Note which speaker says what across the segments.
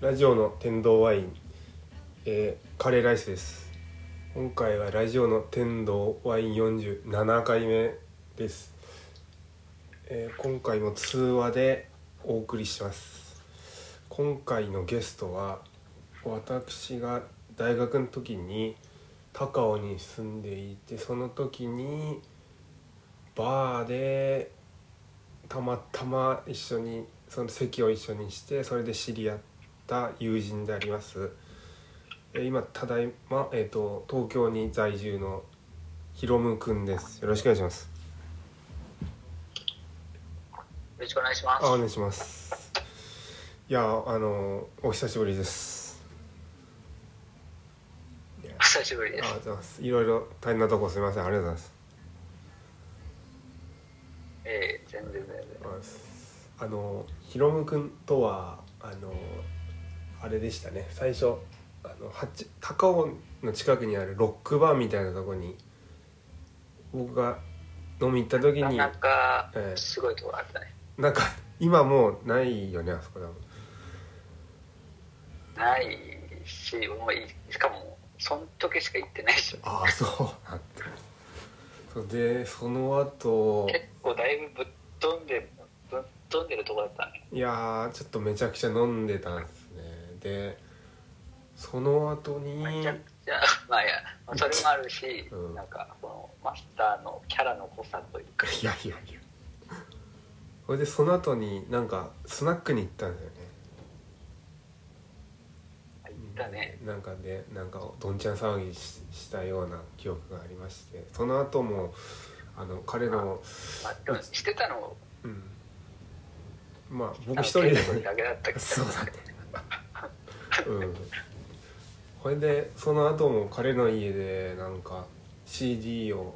Speaker 1: ラジオの天童ワイン、えーカレーライスです今回はラジオの天童ワイン47回目です、えー今回も通話でお送りします今回のゲストは私が大学の時に高尾に住んでいてその時にバーでたまたま一緒にその席を一緒にしてそれで知り合った友人でありますえー今ただいま、えー、と東京に在住のひろむくんですよろしくお願いします
Speaker 2: よろしくお願いします。
Speaker 1: あお願いしますいやあのお久しぶりです
Speaker 2: 久しぶり
Speaker 1: あり
Speaker 2: で
Speaker 1: がと
Speaker 2: す
Speaker 1: う。ございますいろいろ大変なとこすみませんありがとうございます
Speaker 2: ええ全然全然。
Speaker 1: あのひろむくんとはあのあれでしたね最初あの八高尾の近くにあるロックバーみたいなとこに僕が飲み行った時に
Speaker 2: なかなか
Speaker 1: ええ
Speaker 2: すごいところあったね。
Speaker 1: なんか今もうないよねあそこ多分
Speaker 2: ないし、もういしかも、その時しか行ってないし、
Speaker 1: ああそうなんてそうでその後
Speaker 2: 結構だいぶぶっ飛んで、ぶっ飛んでるところだったね。
Speaker 1: いやーちょっとめちゃくちゃ飲んでたんですねでその後に
Speaker 2: めちゃくちゃ、 まあいや、まあそれもあるし、
Speaker 1: うん
Speaker 2: なんか、このマスターのキャラの濃さというか、
Speaker 1: いやいやいやそれでその後になんかスナックに行ったんだよね
Speaker 2: 行ったね。
Speaker 1: なんかでなんかどんちゃん騒ぎししたような記憶がありましてその後もあの彼の
Speaker 2: まあ、でも、してたの、
Speaker 1: うんまあ僕
Speaker 2: あの
Speaker 1: 一人で
Speaker 2: ケイト君だけだったけど、
Speaker 1: そうだねうんこれでその後も彼の家でなんか CD を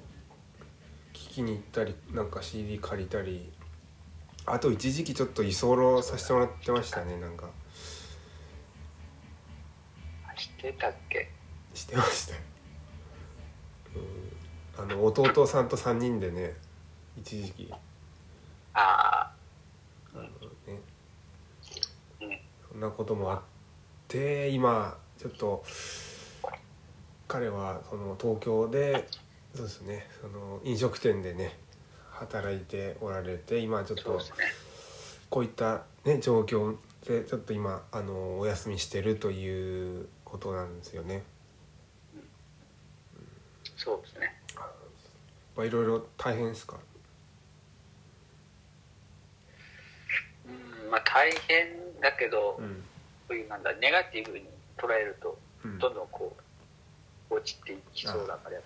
Speaker 1: 聴きに行ったりなんか CD 借りたりあと一時期ちょっと居候させてもらってましたねなんか
Speaker 2: してたっけ
Speaker 1: してましたよ、うん、あの弟さんと3人でね一時期
Speaker 2: あ
Speaker 1: あの、ね、
Speaker 2: あ、うん。
Speaker 1: そんなこともあって今ちょっと彼はその東京でそうですねその飲食店でね働いておられて今ちょっ
Speaker 2: そう
Speaker 1: と
Speaker 2: ですね。
Speaker 1: こういった、ね、状況でちょっと今あのお休みしてるということなんですよね。
Speaker 2: そうですね。
Speaker 1: まあ、いろいろ大変ですか
Speaker 2: うんまあ大変だけど、
Speaker 1: うん
Speaker 2: こういうなんだネガティブに捉えると
Speaker 1: うん
Speaker 2: どんどんこう落ちていきそうだからやっ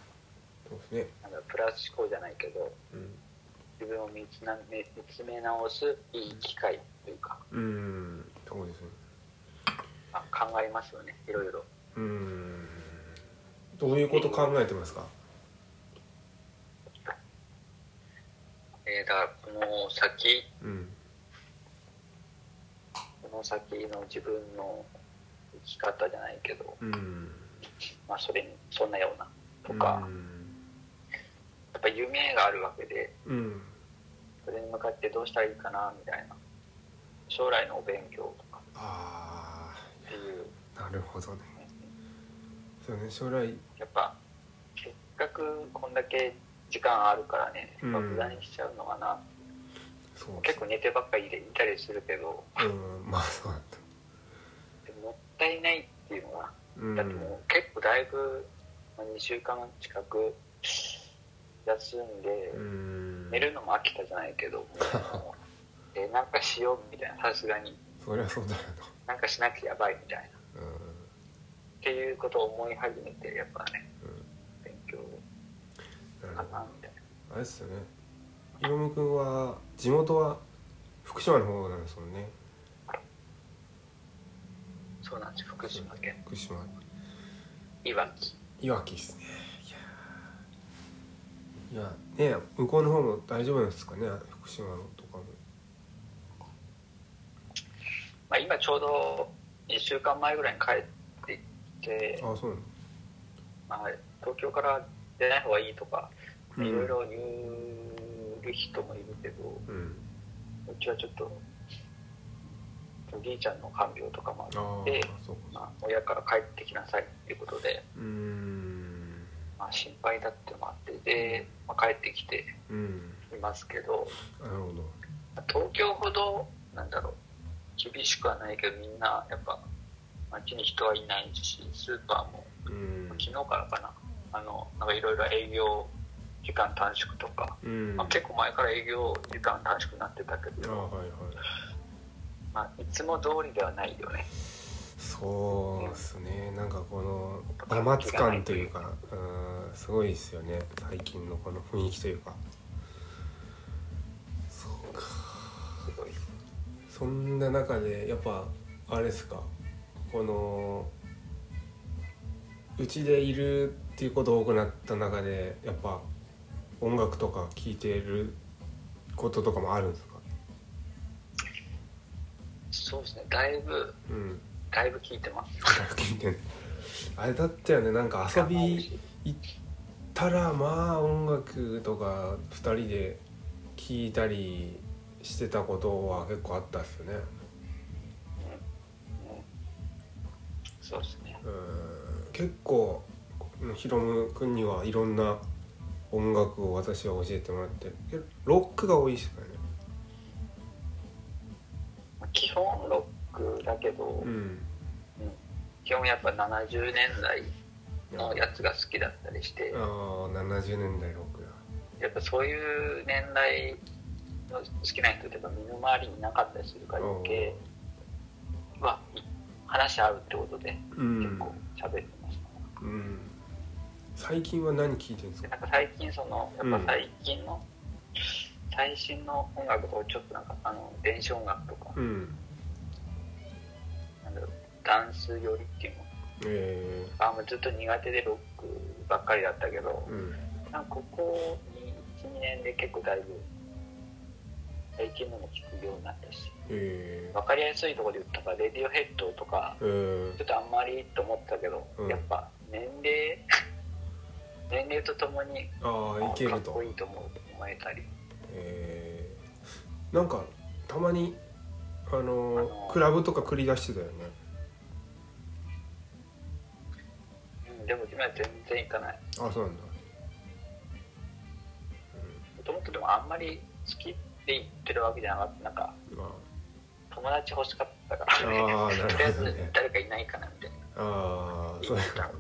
Speaker 1: そうですね、
Speaker 2: ぱなんかプラス思考じゃないけど
Speaker 1: うん
Speaker 2: 自分を見つな見見つめ直すいい機会というか、
Speaker 1: うん、そうですね。
Speaker 2: まあ、考えますよねいろいろ
Speaker 1: うん。どういうこと考えてますか。
Speaker 2: えーだからこの先
Speaker 1: うん。
Speaker 2: この先の自分の生き方じゃないけど、
Speaker 1: うん。
Speaker 2: まあ、それにそんなようなとか、やっぱ夢があるわけで
Speaker 1: うん。
Speaker 2: それに向かってどうしたらいいかなみたいな将来のお勉強とか
Speaker 1: あ
Speaker 2: っていう
Speaker 1: あ、なるほどね。そうね、将来。
Speaker 2: やっぱせっかくこんだけ時間あるからね
Speaker 1: うん
Speaker 2: 無駄にしちゃうのかな、
Speaker 1: そう。
Speaker 2: 結構寝てばっかりいたりするけど
Speaker 1: うん、まあ、そうなんだ。
Speaker 2: でももったいないっていうのは、
Speaker 1: うん。
Speaker 2: だってもう結構だいぶ2週間近く休んで、
Speaker 1: うん。
Speaker 2: 寝るのも飽きたじゃない けどもうえなんかしようみたいなさすがに
Speaker 1: そりゃそうだよ
Speaker 2: なんかしなきゃやばいみたいなっ
Speaker 1: な。う
Speaker 2: ていうことを思い始めてやっぱね
Speaker 1: ん。うん。
Speaker 2: 勉強
Speaker 1: なる
Speaker 2: か
Speaker 1: ほど。
Speaker 2: なみたいな
Speaker 1: あれですよね。ひろむくんは、地元は。福島の方なんですもんね。
Speaker 2: そうなんですよ福島県
Speaker 1: 福島。
Speaker 2: いわき
Speaker 1: いわきですねいやーいやね向こうの方も大丈夫なんですかね福島のとかも
Speaker 2: まあ、今ちょうど1週間前ぐらいに帰ってきて、
Speaker 1: ああそうなの
Speaker 2: まあ、東京から出ない方がいいとか、
Speaker 1: うん
Speaker 2: いろいろ言う人もいるけど、
Speaker 1: うん
Speaker 2: うちはちょっと、そのじいちゃんの看病とかも
Speaker 1: あ
Speaker 2: あっ
Speaker 1: ー
Speaker 2: て、
Speaker 1: そうか
Speaker 2: まあ、親から帰ってきなさいっていうことで、
Speaker 1: うーん
Speaker 2: まあ、心配だってのもあってで、まあ、帰ってきて
Speaker 1: うん
Speaker 2: いますけど
Speaker 1: なるほど
Speaker 2: 東京ほどなんだろう厳しくはないけどみんなやっぱ街に人はいないしスーパーも
Speaker 1: うん
Speaker 2: 昨日からかなあのなんかいろいろ営業時間短縮とか、
Speaker 1: うん
Speaker 2: まあ、結構前から営業時間短縮になってた
Speaker 1: あ
Speaker 2: け
Speaker 1: ー
Speaker 2: ど、
Speaker 1: はいはい
Speaker 2: まあ、いつも通りではないよね
Speaker 1: そうですねなんかこのごまつ感というかうんすごいですよね最近のこの雰囲気というかそうか
Speaker 2: すごい
Speaker 1: そんな中でやっぱあれですかこのうちでいるっていうこと多くなった中でやっぱ音楽とか聴いてることとかもあるんですか
Speaker 2: そうですねだいぶ
Speaker 1: うん
Speaker 2: だいぶ聞いてます
Speaker 1: 聞いてんのあれだったよねなんか遊び行ったらまあ音楽とか2人で聴いたりしてたことは結構あったっすよね
Speaker 2: うんそうですね
Speaker 1: うん結構ヒロム君にはいろんな音楽を私は教えてもらってえロックが多いですかね
Speaker 2: 基本ロックだけど、
Speaker 1: うん
Speaker 2: うん基本やっぱ70年代
Speaker 1: あ
Speaker 2: のやつが好きだったりして、
Speaker 1: あ70年代ロックだ
Speaker 2: やっぱそういう年代の好きな人ってやっぱ身の回りになかったりするから余計は話合うってことで
Speaker 1: うん
Speaker 2: 結構喋ってました、
Speaker 1: うん最近は何聴いてるんです
Speaker 2: で
Speaker 1: か
Speaker 2: なんか最近そのやっぱ最近の、最新の音楽とかちょっとなんかあの電子音楽とか、
Speaker 1: うん
Speaker 2: なんだろうダンス寄りっていうの
Speaker 1: え
Speaker 2: あもうずっと苦手でロックばっかりだったけど、
Speaker 1: ー、うん
Speaker 2: なんかここ12年で結構だいぶ最近のも聞くようになったし
Speaker 1: えー
Speaker 2: 分かりやすいところで言ったからレディオヘッドとか
Speaker 1: えー
Speaker 2: ちょっとあんまりと思ったけど、
Speaker 1: うん
Speaker 2: やっぱ年齢年齢とともに
Speaker 1: ああいけ
Speaker 2: か
Speaker 1: る
Speaker 2: っ
Speaker 1: と
Speaker 2: こいいと思う思えたり
Speaker 1: えーなんかたまにあのー
Speaker 2: あのー
Speaker 1: クラブとか繰り出してたよね
Speaker 2: うんでも今は全然行かない
Speaker 1: あそうなんだ
Speaker 2: もともとでもあんまり好きって言ってるわけじゃなかったなんか
Speaker 1: うんあ
Speaker 2: 友達欲しかったから、ね、
Speaker 1: あーなるほどね
Speaker 2: とりあえず誰かいないかなみたいな
Speaker 1: ああ
Speaker 2: 言
Speaker 1: そう
Speaker 2: ってた
Speaker 1: あー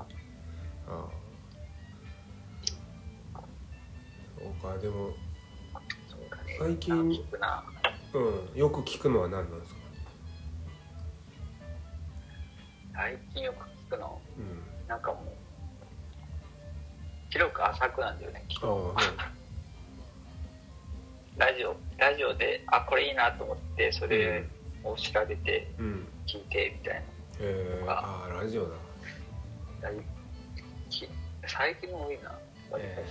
Speaker 1: そうかでも、
Speaker 2: そうだね
Speaker 1: 最近
Speaker 2: 聞くな
Speaker 1: うん、よく聞くのは何なんですか、
Speaker 2: 最近よく聞くの
Speaker 1: うん、
Speaker 2: なんかもう広く浅くなんだよね
Speaker 1: ああはい
Speaker 2: ラジオラジオであこれいいなと思ってそれを調べて
Speaker 1: うん
Speaker 2: 聞いてみたい
Speaker 1: えー、ああラジオだ
Speaker 2: な、だいき最近多いな、
Speaker 1: え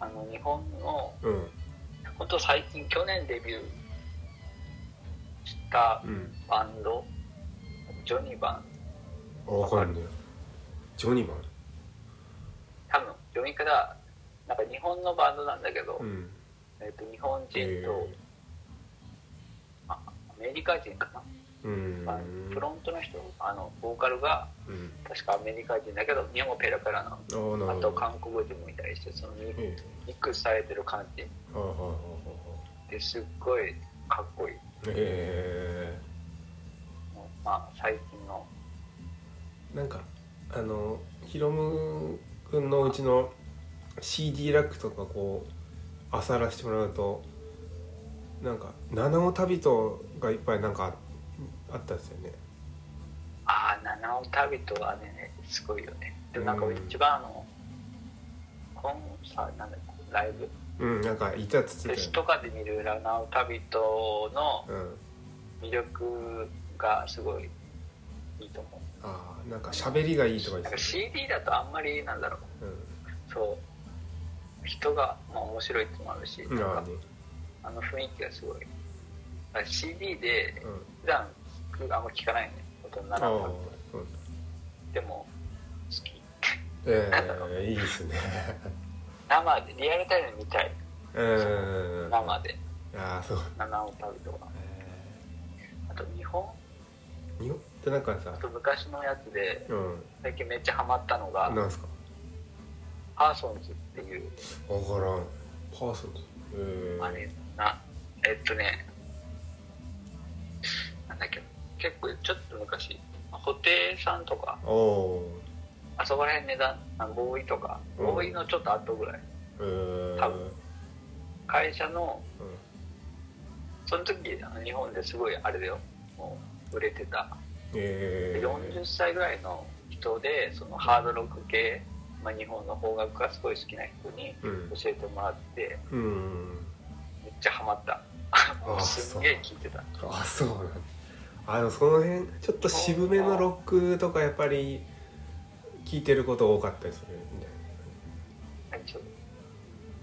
Speaker 2: あの日本の
Speaker 1: ー、うん
Speaker 2: 本当最近去年デビューした
Speaker 1: うん
Speaker 2: バンドジョニーバン
Speaker 1: あわかんねえジョニーマン
Speaker 2: 多分読み方なんか日本のバンドなんだけど、
Speaker 1: うん
Speaker 2: えっと日本人と、
Speaker 1: え
Speaker 2: あアメリカ人かな
Speaker 1: ー、うん
Speaker 2: まあフロントの人あのボーカルが
Speaker 1: うん
Speaker 2: 確かアメリカ人だけど日本語ペラペラな
Speaker 1: ああなるほ
Speaker 2: の
Speaker 1: ど
Speaker 2: あと韓国人もいたりしてそのミ
Speaker 1: え
Speaker 2: ミックスされてる感じ
Speaker 1: えはいはいはいはいはい
Speaker 2: ですっごいかっこいい
Speaker 1: え
Speaker 2: もうまあ最近の
Speaker 1: ー、なんかあのヒロム君のうちの CD ラックとかこうあさらしてもらうとなんか「七尾旅人」がいっぱいなんかあったんですよね
Speaker 2: ああ七尾旅とはねすごいよねでもなんか
Speaker 1: うん
Speaker 2: 一番あのコンサートなんだっけライブ
Speaker 1: うんなんかいたっつっ
Speaker 2: 寿
Speaker 1: て
Speaker 2: 司
Speaker 1: た
Speaker 2: と
Speaker 1: よ、
Speaker 2: かで見る七尾旅との
Speaker 1: うん、
Speaker 2: 魅力がすごいいいと思う
Speaker 1: ああなんか喋りがいいとか
Speaker 2: なんか
Speaker 1: ですよ、
Speaker 2: CD だとあんまりなんだろうそう人が、まあ、面白いってのもあるし、
Speaker 1: うん、
Speaker 2: なん
Speaker 1: ああ
Speaker 2: か
Speaker 1: ね、
Speaker 2: あの雰囲気がすごいあ CD で
Speaker 1: うん、
Speaker 2: 普段聞くあんま聞かないね大人にな
Speaker 1: ああ
Speaker 2: ら
Speaker 1: そう
Speaker 2: ば
Speaker 1: なんだ
Speaker 2: でも好き
Speaker 1: ええいいですね
Speaker 2: 生でリアルタイムで見たい
Speaker 1: うん
Speaker 2: 生で
Speaker 1: ああそう
Speaker 2: 七尾旅とか
Speaker 1: え
Speaker 2: あと日本
Speaker 1: 日本ってなんかさ
Speaker 2: あと昔のやつで
Speaker 1: うん
Speaker 2: 最近めっちゃハマったのが
Speaker 1: なんすか
Speaker 2: パーソンズっていう
Speaker 1: 分からんパーソンズえ
Speaker 2: あれなえっとねなんだっけ結構ちょっと昔布袋さんとか
Speaker 1: ー、お
Speaker 2: あそこら辺値段あボーイとか
Speaker 1: うん
Speaker 2: ボーイのちょっと後ぐらい
Speaker 1: えー、
Speaker 2: 多分会社の
Speaker 1: うん
Speaker 2: その時あの日本ですごいあれだよもう売れてた
Speaker 1: え
Speaker 2: で40歳ぐらいの人でそのハードロック系、まあ、日本の邦楽がすごい好きな人に
Speaker 1: うん
Speaker 2: 教えてもらって
Speaker 1: うん
Speaker 2: めっちゃハマった
Speaker 1: あ
Speaker 2: すんげえ聴いてた
Speaker 1: あそうなんだあのその辺ちょっと渋めのロックとかやっぱり聞いてること多かったりするみたい
Speaker 2: なんかちょっ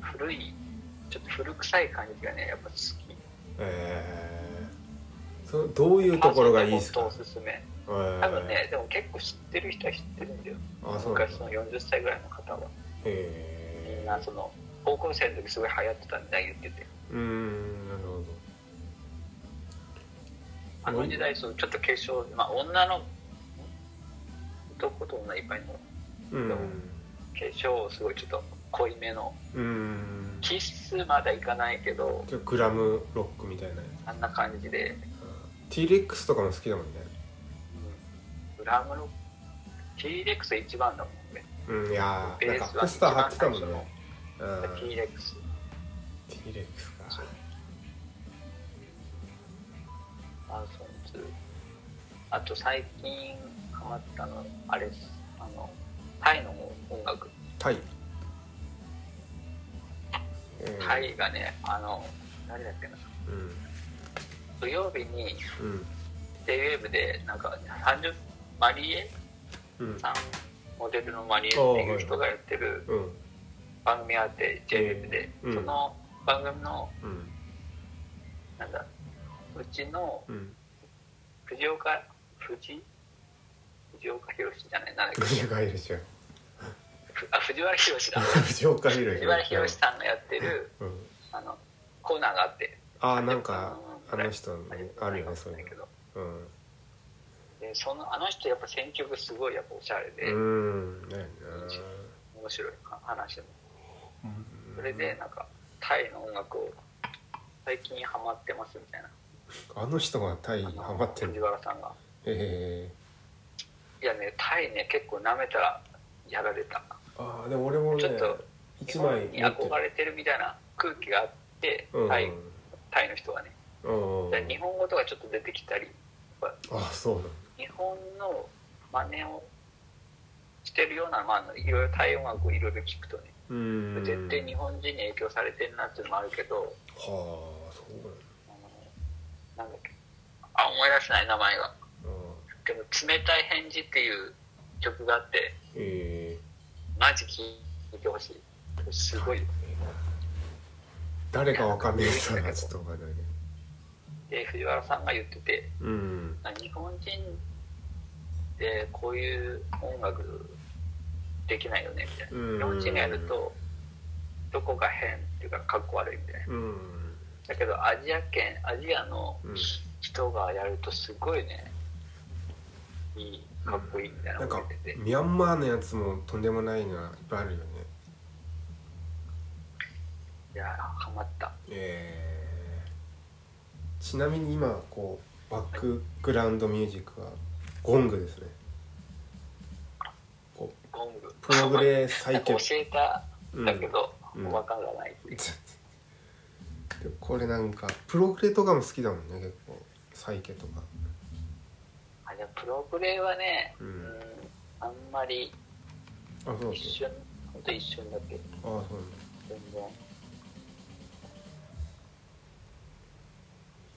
Speaker 2: と古いちょっと古臭い感じがねやっぱ好き
Speaker 1: なえー、そのどういうところがいいです
Speaker 2: パ
Speaker 1: か
Speaker 2: ーソンズも本当おすすめ
Speaker 1: えー
Speaker 2: 多分ねでも結構知ってる人は知ってるんだよ
Speaker 1: あそうなん
Speaker 2: 昔
Speaker 1: だ
Speaker 2: の40歳ぐらいの方はみん
Speaker 1: え
Speaker 2: なその高校生の時すごい流行ってたんだ言ってて
Speaker 1: ー、うーんなるほど
Speaker 2: あの時代そうちょっと化粧まあ女の男と女いっぱいの
Speaker 1: うん
Speaker 2: でも化粧をすごいちょっと濃いめの
Speaker 1: うん
Speaker 2: キッスまだいかないけど
Speaker 1: ちょっとグラムロックみたいなや
Speaker 2: あんな感じで、
Speaker 1: つ T-Rex とかも好きだもんね
Speaker 2: グラムの T-Rex 一番だもんね
Speaker 1: うんいやー
Speaker 2: ベ
Speaker 1: なんか
Speaker 2: ースは
Speaker 1: ポス
Speaker 2: 一
Speaker 1: ター貼っ
Speaker 2: 番
Speaker 1: てた
Speaker 2: 最
Speaker 1: もん
Speaker 2: 初の
Speaker 1: ねうん
Speaker 2: T-Rex
Speaker 1: T-Rex か
Speaker 2: パーソンズあと最近ハマったのあれですあのタイの音楽
Speaker 1: タイ、えー
Speaker 2: タイがねあの誰だっけな
Speaker 1: うん
Speaker 2: 土曜日に
Speaker 1: うん
Speaker 2: デイウェーブでなんか30マリエ
Speaker 1: うん
Speaker 2: さんモデルのマリエっていう人がやってる
Speaker 1: うん
Speaker 2: 番組あって j w e で、
Speaker 1: うん
Speaker 2: その番組の
Speaker 1: うん
Speaker 2: なんだうちの
Speaker 1: うん
Speaker 2: 藤岡藤藤岡弘じゃないなんだっけ
Speaker 1: 藤岡弘じゃん
Speaker 2: ふあ藤原弘だ
Speaker 1: 藤岡弘
Speaker 2: 藤原弘さんがやってる
Speaker 1: うん
Speaker 2: あのコーナーがあって
Speaker 1: ああなんかあ
Speaker 2: うん
Speaker 1: の人のねあるよねそういう
Speaker 2: けど
Speaker 1: の
Speaker 2: でそのあの人やっぱ選曲すごいやっぱおしゃれで、
Speaker 1: うんうんだよね
Speaker 2: 面白いか話もそれでなんかタイの音楽を最近ハマってますみたいな
Speaker 1: あの人がタイ
Speaker 2: あ
Speaker 1: に
Speaker 2: の
Speaker 1: ハマって
Speaker 2: 藤
Speaker 1: る
Speaker 2: 原さんが
Speaker 1: え
Speaker 2: いやねタイね結構なめたらやられた
Speaker 1: えああでも俺も
Speaker 2: ち
Speaker 1: ね
Speaker 2: ょっと日
Speaker 1: 一
Speaker 2: 本
Speaker 1: 枚
Speaker 2: に
Speaker 1: 持って
Speaker 2: 憧れてるみたいな空気があって、
Speaker 1: うん
Speaker 2: タイタイの人はね
Speaker 1: うん
Speaker 2: だから日本語とかちょっと出てきたり
Speaker 1: ああそうなんだ
Speaker 2: 日本の真似をしてるような、まあ、いろいろタイ音楽をいろいろ聞くとね
Speaker 1: うん
Speaker 2: 絶対日本人に影響されてるなっていうのもあるけど
Speaker 1: はあそうなんだ
Speaker 2: あのなんだっけあ思い出せない名前が
Speaker 1: うん
Speaker 2: でも「冷たい返事」っていう曲があって
Speaker 1: え
Speaker 2: マジ聴いてほしいすごい
Speaker 1: ー誰かわかんない人がちょっとわかんないね
Speaker 2: で藤原さんが言ってて
Speaker 1: うん
Speaker 2: あ日本人ってこういう音楽できないよねみたい
Speaker 1: うん
Speaker 2: な日本人がやるとどこが変っていうかかっこ悪いみたいな
Speaker 1: うん
Speaker 2: だけどアジア圏アジアの
Speaker 1: うん
Speaker 2: 人がやるとすごいねいいかっこいいみたいな
Speaker 1: なん
Speaker 2: の
Speaker 1: か
Speaker 2: が出てて
Speaker 1: ミャンマーのやつもとんでもないのいっぱいあるよね
Speaker 2: いやハマった
Speaker 1: えーちなみに今こうバックグラウンドミュージックはゴングですねこう
Speaker 2: ゴング
Speaker 1: プログレ
Speaker 2: な
Speaker 1: 最
Speaker 2: んか教
Speaker 1: 強
Speaker 2: えた
Speaker 1: うん
Speaker 2: んだけど、
Speaker 1: うん
Speaker 2: わかんないっていう
Speaker 1: でもこれなんかプログレとかも好きだもんね結構サイケとか
Speaker 2: あでもプログレはね、
Speaker 1: う
Speaker 2: うんん、あんまり
Speaker 1: あそうそう
Speaker 2: 一瞬ほんと一瞬だけ
Speaker 1: あそうなんだ
Speaker 2: 全然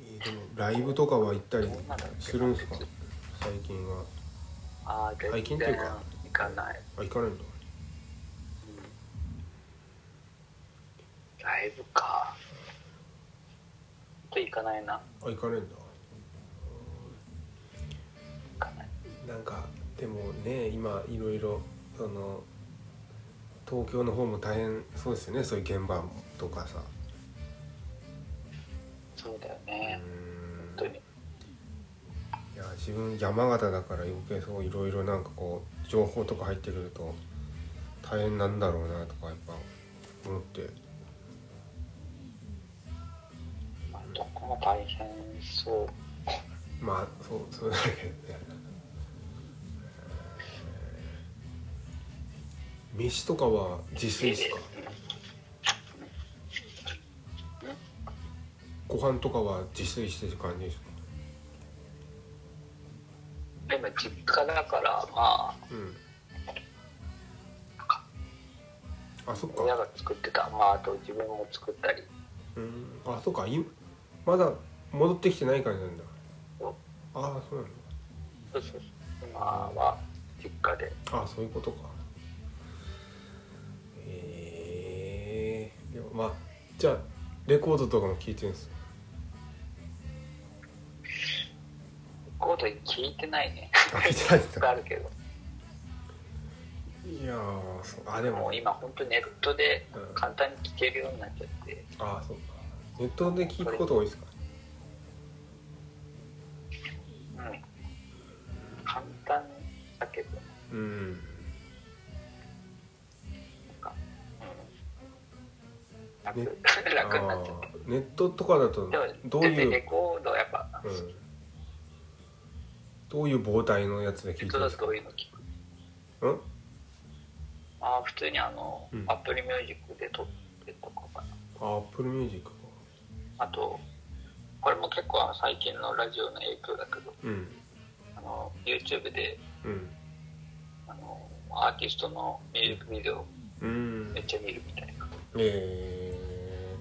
Speaker 1: えーでもライブとかは行ったりするんですか最近は
Speaker 2: ああ
Speaker 1: 最近
Speaker 2: 全
Speaker 1: っていう
Speaker 2: 然
Speaker 1: か
Speaker 2: 行かない、
Speaker 1: あ行かないんだ
Speaker 2: うん、ライブかほんと行かないな
Speaker 1: あ行かないんだ
Speaker 2: 行かない
Speaker 1: なんかでもね今いろいろその東京の方も大変そうですよねそういう現場とかさ
Speaker 2: そうだよ
Speaker 1: うー
Speaker 2: ね、
Speaker 1: ん
Speaker 2: 本当に
Speaker 1: いや自分山形だから余計そういろいろなんかこう情報とか入ってくると大変なんだろうなとかやっぱ思って
Speaker 2: まあ、どこも大変そう。
Speaker 1: まあそうそれだけどね飯とかは自炊ですかご飯とかは自炊してる感じですか
Speaker 2: でも実家だから、ま
Speaker 1: うん
Speaker 2: あ、
Speaker 1: あそっ
Speaker 2: 親
Speaker 1: か
Speaker 2: が作ってた、まあ、あと自分も作ったり、
Speaker 1: うんあそっかいまだ戻ってきてない感じなんだ
Speaker 2: そう
Speaker 1: ああそうなんだ
Speaker 2: そうそう今は実家で。
Speaker 1: あそういうことかええでもまあじゃあレコードとかも聴いてるんです
Speaker 2: コード聞いてないね。
Speaker 1: あ聞いてないです
Speaker 2: が
Speaker 1: か
Speaker 2: あるけど、
Speaker 1: いやーそうあで
Speaker 2: も
Speaker 1: も
Speaker 2: う今本当ネットで
Speaker 1: うん
Speaker 2: 簡単に聞けるようになっちゃって、
Speaker 1: あそうかネットで聴くこと多いですか
Speaker 2: うん。簡単だけど、
Speaker 1: うん
Speaker 2: なんか、う
Speaker 1: ね
Speaker 2: ん。
Speaker 1: あ
Speaker 2: 楽、楽になっちゃって。
Speaker 1: ーネットとかだと
Speaker 2: でも、
Speaker 1: どう
Speaker 2: 全然
Speaker 1: い
Speaker 2: レ
Speaker 1: う、
Speaker 2: コードはやっぱ、
Speaker 1: う
Speaker 2: ネ
Speaker 1: ん、どういう膨大のやつで聴い
Speaker 2: ッ
Speaker 1: てる
Speaker 2: ト
Speaker 1: んで
Speaker 2: だ
Speaker 1: す
Speaker 2: と
Speaker 1: か
Speaker 2: どういうの聞く
Speaker 1: うん
Speaker 2: あー普通にあの、
Speaker 1: うん
Speaker 2: アップルミュージックで撮ってとかかな。
Speaker 1: あアップルミュージックか
Speaker 2: あと、これも結構あの最近のラジオの影響だけど、
Speaker 1: うん
Speaker 2: あの、YouTube で、
Speaker 1: うん
Speaker 2: あの、アーティストのミュージックビデオ
Speaker 1: うん
Speaker 2: めっちゃ見るみたいな。
Speaker 1: え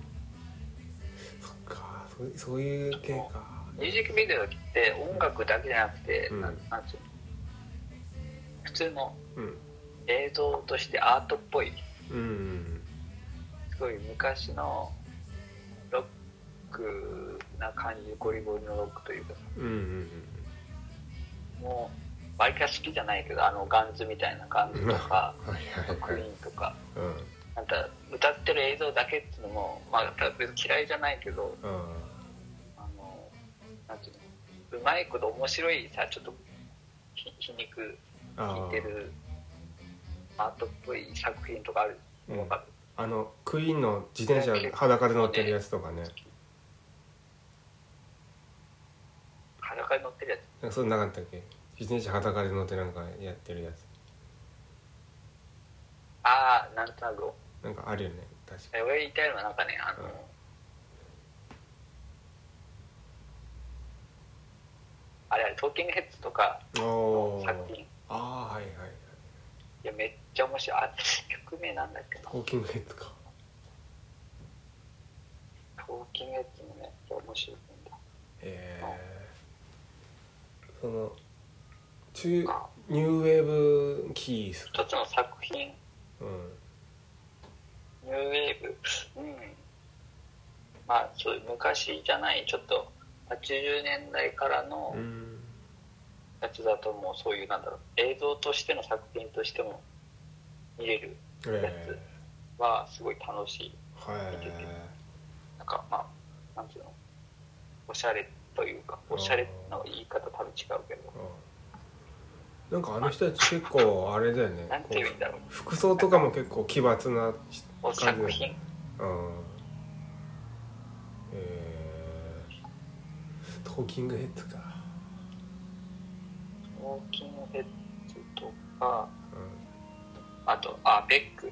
Speaker 1: ー、そっかそうそういう系か
Speaker 2: ミュージックビデオって音楽だけじゃなくて、
Speaker 1: うん
Speaker 2: なんなんつうの普通の
Speaker 1: うん
Speaker 2: 映像としてアートっぽい
Speaker 1: うん
Speaker 2: すごい昔のロックな感じゴリゴリのロックというかさ
Speaker 1: うんうん
Speaker 2: もう割か好きじゃないけどあのガンズみたいなガンズとか
Speaker 1: はいはい
Speaker 2: クイ
Speaker 1: はい
Speaker 2: ーンとか
Speaker 1: うんうん
Speaker 2: なんか歌ってる映像だけっていうのもまあ別に嫌いじゃないけどあのなんていうのうまいこと面白いさちょっとひ皮肉
Speaker 1: あ
Speaker 2: 聴いて
Speaker 1: ー
Speaker 2: るアートっぽい作品とかある、
Speaker 1: うん
Speaker 2: わかる
Speaker 1: あのクイーンの自転車裸で乗ってるやつとかね
Speaker 2: 裸に乗ってるや
Speaker 1: なんかそういうのなかったっけ自転車裸で乗ってなんかやってるやつ
Speaker 2: つああなんとなく
Speaker 1: なんかあるよね確か
Speaker 2: 俺が言いたいのはなんかねあの、
Speaker 1: うん
Speaker 2: あれあれトーキングヘッズとか
Speaker 1: に
Speaker 2: の
Speaker 1: おー
Speaker 2: 作品い
Speaker 1: ああはいはい
Speaker 2: やめっちゃ面白いあ曲名なんだっけな
Speaker 1: トーキングヘッドか
Speaker 2: トーキングヘッズもねめっちゃ面白いんだ
Speaker 1: えー、その中ニューウェーブキーですか
Speaker 2: 一つの作品
Speaker 1: うん
Speaker 2: ニューウェーブ、うん、まあそういう昔じゃないちょっと80年代からの
Speaker 1: うん
Speaker 2: やつだともうそういうなんだろう映像としての作品としても見れる
Speaker 1: え
Speaker 2: はすごい楽しい
Speaker 1: ー、はい
Speaker 2: なんかまあなんていうのおしゃれというかおしゃれの言い方多分違うけど
Speaker 1: うんなんかあの人たち結構あれだよね
Speaker 2: なんて
Speaker 1: こ
Speaker 2: 言うんだろう
Speaker 1: う服装とかも結構奇抜な
Speaker 2: お作
Speaker 1: 感じだ
Speaker 2: 品
Speaker 1: よねうんえー、トーキングヘッドか、
Speaker 2: ウォーキングヘッズとか
Speaker 1: う
Speaker 2: あとあベック
Speaker 1: ん、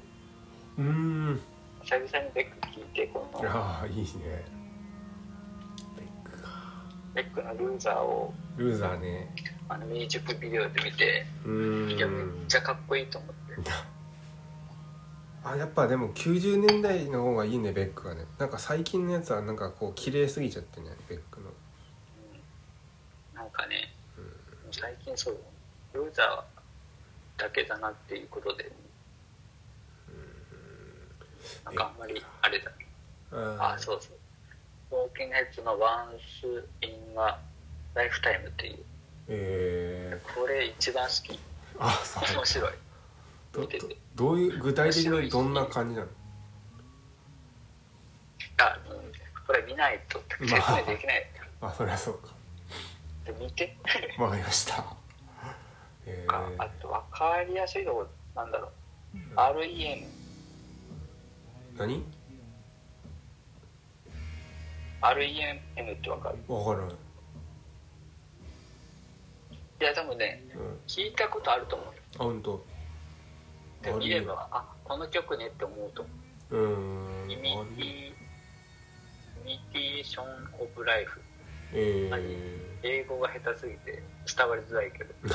Speaker 1: うーん
Speaker 2: 久々にベック聞いてこの
Speaker 1: ああいいねベックか
Speaker 2: ベックのルーザーを
Speaker 1: ルーザーね
Speaker 2: あのミュージックビデオで見て
Speaker 1: う
Speaker 2: いやめっ
Speaker 1: ーん
Speaker 2: ちゃかっこいいと思って
Speaker 1: あやっぱでも90年代の方がいいねベックはねなんか最近のやつはなんかこう綺麗すぎちゃってねベックの
Speaker 2: なんかね、最近そうユーザーだけだなっていうことで、なんかあんまりあれだ、あそうそうウォーキングヘッズの「Once in a Lifetime」っていう
Speaker 1: え
Speaker 2: これ一番好き
Speaker 1: ー、あそう
Speaker 2: 面白い
Speaker 1: どどどういう具体的にどんな感じなの
Speaker 2: あ、うん、これ見ないと説明できない、
Speaker 1: あそりゃそうか
Speaker 2: で見て
Speaker 1: わかりました。え
Speaker 2: かあと分かりやすいとこなんだろう REM
Speaker 1: ー、何
Speaker 2: REM って分かる
Speaker 1: わからない。
Speaker 2: いや多分ね
Speaker 1: うん。
Speaker 2: 聞いたことあると思う
Speaker 1: あ、ほんと。
Speaker 2: で見ればあこの曲ねって思うと
Speaker 1: う
Speaker 2: 思
Speaker 1: ーん。
Speaker 2: うイミティミティション・オブ・ライフ
Speaker 1: え
Speaker 2: はい英語が下手すぎて伝わりづらいけど
Speaker 1: ー。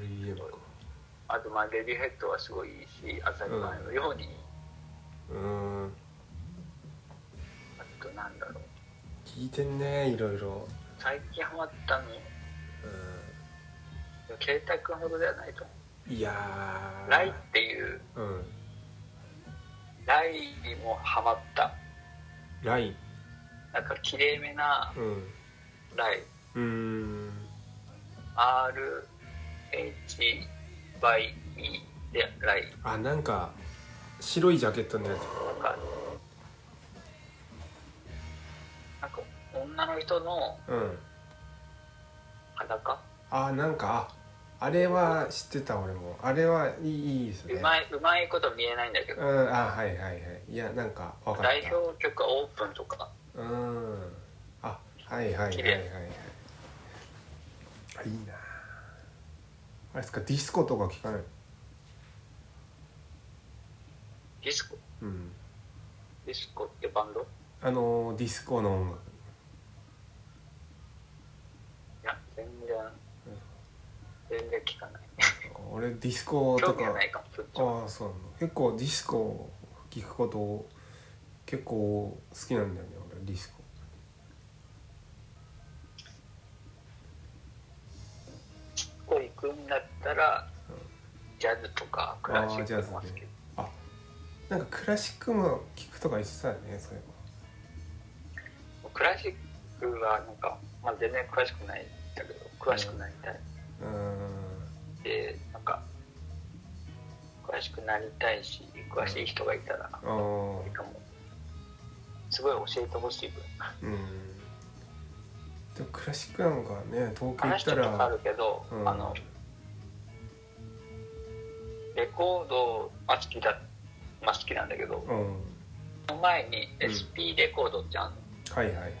Speaker 1: REM か。
Speaker 2: あとまあレディーヘッドはすごいいいし当たり前のように、
Speaker 1: うーん。
Speaker 2: あとなんだろう
Speaker 1: 聞いてんね、いろいろ。
Speaker 2: 最近ハマったの携帯くんほどではないと思
Speaker 1: うん。いや
Speaker 2: う
Speaker 1: ー。
Speaker 2: ライっていう
Speaker 1: うん。
Speaker 2: ライにもハマった
Speaker 1: ライ。
Speaker 2: なんかきれいめな
Speaker 1: うん。
Speaker 2: ライ
Speaker 1: うーん。
Speaker 2: RHYE でライ
Speaker 1: あ、なんか、白いジャケットのやつ。
Speaker 2: なんかなんか女の人の
Speaker 1: うん。
Speaker 2: 裸
Speaker 1: あ、なんか、ああれは知ってた俺も。あれはいいいいですね。
Speaker 2: うまいうまいこと見えないんだけ
Speaker 1: う
Speaker 2: ど
Speaker 1: ん、あ、はいはいはい。いや、なんか、わかった。
Speaker 2: 代表曲はオープンとか
Speaker 1: うん。あ、はいはいはいはい
Speaker 2: 綺
Speaker 1: はい
Speaker 2: 麗。
Speaker 1: あいいなあ。あれですか、ディスコとか聞かない。
Speaker 2: ディスコ
Speaker 1: うん。
Speaker 2: ディスコってバンドい
Speaker 1: あのーディスコの音楽。
Speaker 2: や全然全然聞かない
Speaker 1: 俺ディスコと
Speaker 2: 興味が
Speaker 1: か
Speaker 2: な。いかもそっちは
Speaker 1: ああ、そうなの。結構ディスコ聞くこと。結構好きなんだよね、俺ディスコ。
Speaker 2: こう行くんだったら
Speaker 1: うん
Speaker 2: ジャズとかクラシックも好
Speaker 1: あー
Speaker 2: き
Speaker 1: ジャズねあ。なんかクラシックも聞くとか言ってたよね、そうい
Speaker 2: クラシックはなんか、まあ、全然詳しくないんだけど詳しくなりたい
Speaker 1: えば。うん。
Speaker 2: でなんか詳しくなりたいし詳しい人がいたら
Speaker 1: ああ
Speaker 2: いい。かもすごい教えてほしい分
Speaker 1: うん。でもクラシックなんかね、東京行っ
Speaker 2: 話したたこと
Speaker 1: ら。
Speaker 2: あるけど、
Speaker 1: うん
Speaker 2: あのレコードは好きだ、まあ、好きなんだけど
Speaker 1: うん。
Speaker 2: その前に
Speaker 1: うん
Speaker 2: SP レコードってあるの、
Speaker 1: はいはいはい。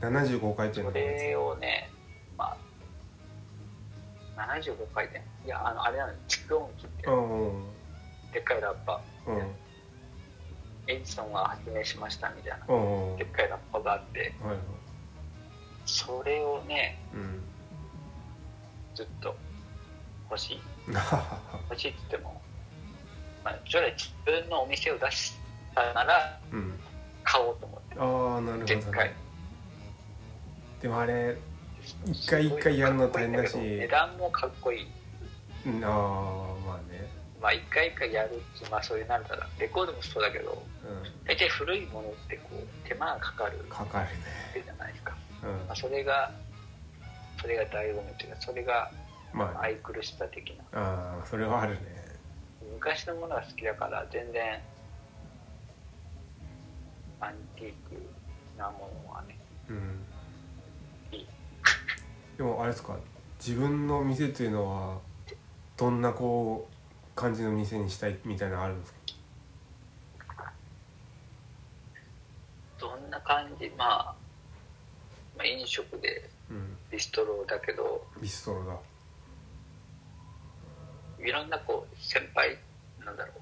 Speaker 1: 七十五回転
Speaker 2: そ
Speaker 1: の
Speaker 2: れ
Speaker 1: や
Speaker 2: をね、まあ、75回転。いや、あの、あれなの、蓄音機って
Speaker 1: つ。う、んうん
Speaker 2: でっかいラッパ、
Speaker 1: うん
Speaker 2: エジソンが発明しましたみたいな、
Speaker 1: うんうん。
Speaker 2: でっかいラッパがあって、
Speaker 1: はいはい。
Speaker 2: それをね、
Speaker 1: うん。
Speaker 2: ずっと欲しい。
Speaker 1: ははは
Speaker 2: 欲しいって言っても、まあ、将来自分のお店を出したなら
Speaker 1: うん。
Speaker 2: 買おうと思って。
Speaker 1: ああ、なるほど、
Speaker 2: で
Speaker 1: ね。
Speaker 2: っかい。
Speaker 1: でもあれ、一回一回やるの大変だし
Speaker 2: かっこいいんけど値段もかっこいい。
Speaker 1: うんああ、まあね。
Speaker 2: まあ、一回一回やるって、まあ、そういうなんだろうレコードもそうだけど、
Speaker 1: う
Speaker 2: 大体古いものってこう手間がかかる
Speaker 1: ん。かかるね。
Speaker 2: じゃないですか、
Speaker 1: うん
Speaker 2: まあ、。それがそれが醍醐味というかそれが
Speaker 1: まあ、
Speaker 2: 愛くるしさ的な
Speaker 1: ああ、それはあるね。
Speaker 2: 昔のものが好きだから全然アンティークなものはね
Speaker 1: うん。
Speaker 2: いい
Speaker 1: でもあれですか。自分の店というのは。どんなこう。感じの店にしたいみたいなのあるんですか。
Speaker 2: どんな感じ、まあ、まあ飲食で
Speaker 1: うん。
Speaker 2: ビストロだけど
Speaker 1: ビストロだ。
Speaker 2: いろんなこう先輩なんだろう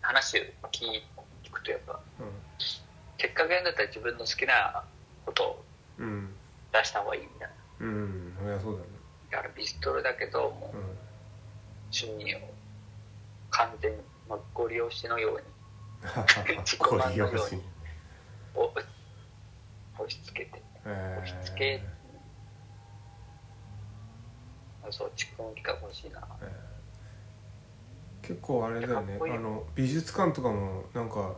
Speaker 2: 話を聞くとやっぱせっかくやるんだったら自分の好きなことを
Speaker 1: うん。うん。
Speaker 2: 出した方がいいみたいな
Speaker 1: うん、そりゃそうだね。
Speaker 2: だからビストロだけどもう
Speaker 1: う
Speaker 2: 趣味を完全に、まあ、ご利用しのように
Speaker 1: ん。 これよろしい。
Speaker 2: お押し付けて
Speaker 1: え
Speaker 2: 押し付けあそう蓄音機が欲しいな
Speaker 1: 結構あれだよね
Speaker 2: かっこいい
Speaker 1: あの美術館とかもなんか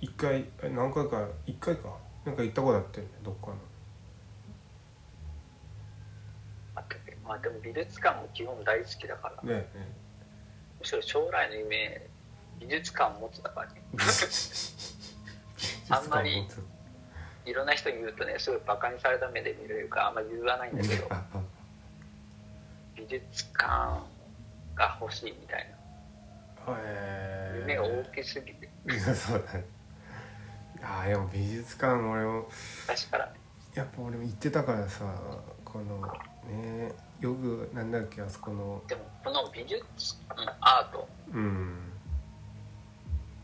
Speaker 1: 一回え何回か一回かなんか行ったことあってねどっかの
Speaker 2: あとまあでも美術館も基本大好きだから
Speaker 1: ね
Speaker 2: むしろ将来の夢美術館を持つだからね
Speaker 1: 美術
Speaker 2: あんま
Speaker 1: 美
Speaker 2: り
Speaker 1: 術館持つ
Speaker 2: いろんな人に言うとねすごいバカにされた目で見られるからあんま言わないんだけど美術館が欲しいみたいな夢が大きすぎて
Speaker 1: そうだねあーでも美術館俺も
Speaker 2: 昔からね
Speaker 1: やっぱ俺も行ってたからさこのねよくなんだっけあそこの
Speaker 2: でもこの美術、うん、アート
Speaker 1: うん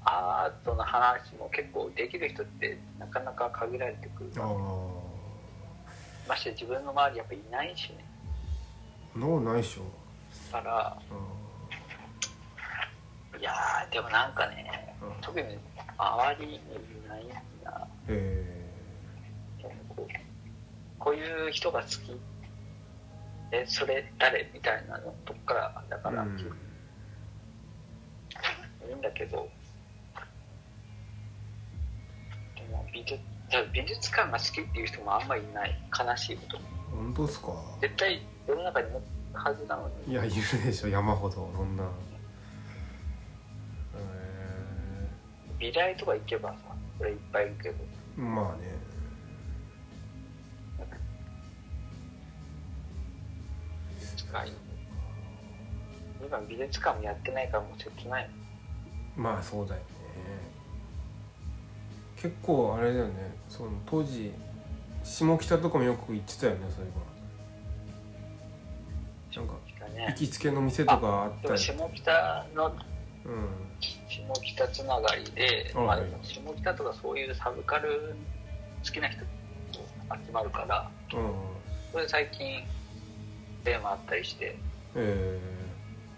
Speaker 2: アートの話も結構できる人ってなかなか限られてくる
Speaker 1: ああ
Speaker 2: まして自分の周りやっぱいないしね
Speaker 1: 脳ないっしょ
Speaker 2: だから
Speaker 1: あ
Speaker 2: いやーでもなんかね
Speaker 1: うん
Speaker 2: 特に周りにいないな
Speaker 1: ーえ
Speaker 2: こうこういう人が好きえそれ誰みたいなのとこからだ
Speaker 1: え
Speaker 2: から、
Speaker 1: うん
Speaker 2: いいんだけどでも美術だから美術館が好きっていう人もあんまりいない悲しいこと
Speaker 1: 本当っすか
Speaker 2: 絶対世の中にもはずなの
Speaker 1: い
Speaker 2: に
Speaker 1: やいるでしょ山ほどそんなえ
Speaker 2: 美大とか行けばさこれいっぱいいるけど
Speaker 1: えまあね
Speaker 2: 美術館今美術館もやってないからもう切ない
Speaker 1: まあそうだよね結構あれだよねその当時下北とかもよく行ってたよねそういえばなんか
Speaker 2: だ
Speaker 1: 行
Speaker 2: ね
Speaker 1: きつけの店とかあっ
Speaker 2: で
Speaker 1: た
Speaker 2: も
Speaker 1: り
Speaker 2: 下北の
Speaker 1: うん
Speaker 2: 下北つながりで、
Speaker 1: はい
Speaker 2: まあ、下北とかそういうサブカル好きな人集まるから
Speaker 1: うん
Speaker 2: それで最近テーマあったりして
Speaker 1: え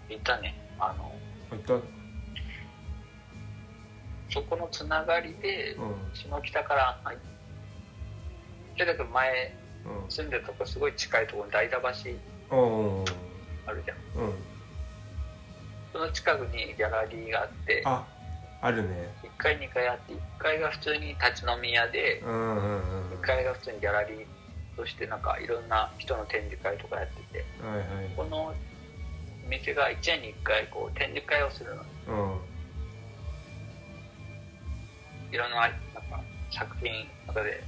Speaker 2: いたねあの
Speaker 1: え行ったうん
Speaker 2: そこのつながりで下北から入ってだけど前住んでるとこすごい近いところに代田橋
Speaker 1: うんうん
Speaker 2: あるじゃん
Speaker 1: うん
Speaker 2: その近くにギャラリーがあって
Speaker 1: ああるね
Speaker 2: 1階2階あって1階が普通に立ち飲み屋で
Speaker 1: うんうんうん
Speaker 2: 1階が普通にギャラリーとしてなんかいろんな人の展示会とかやってて
Speaker 1: はいはい
Speaker 2: この店が1年に1回こう展示会をするの
Speaker 1: うん
Speaker 2: いろんななんか作品の中で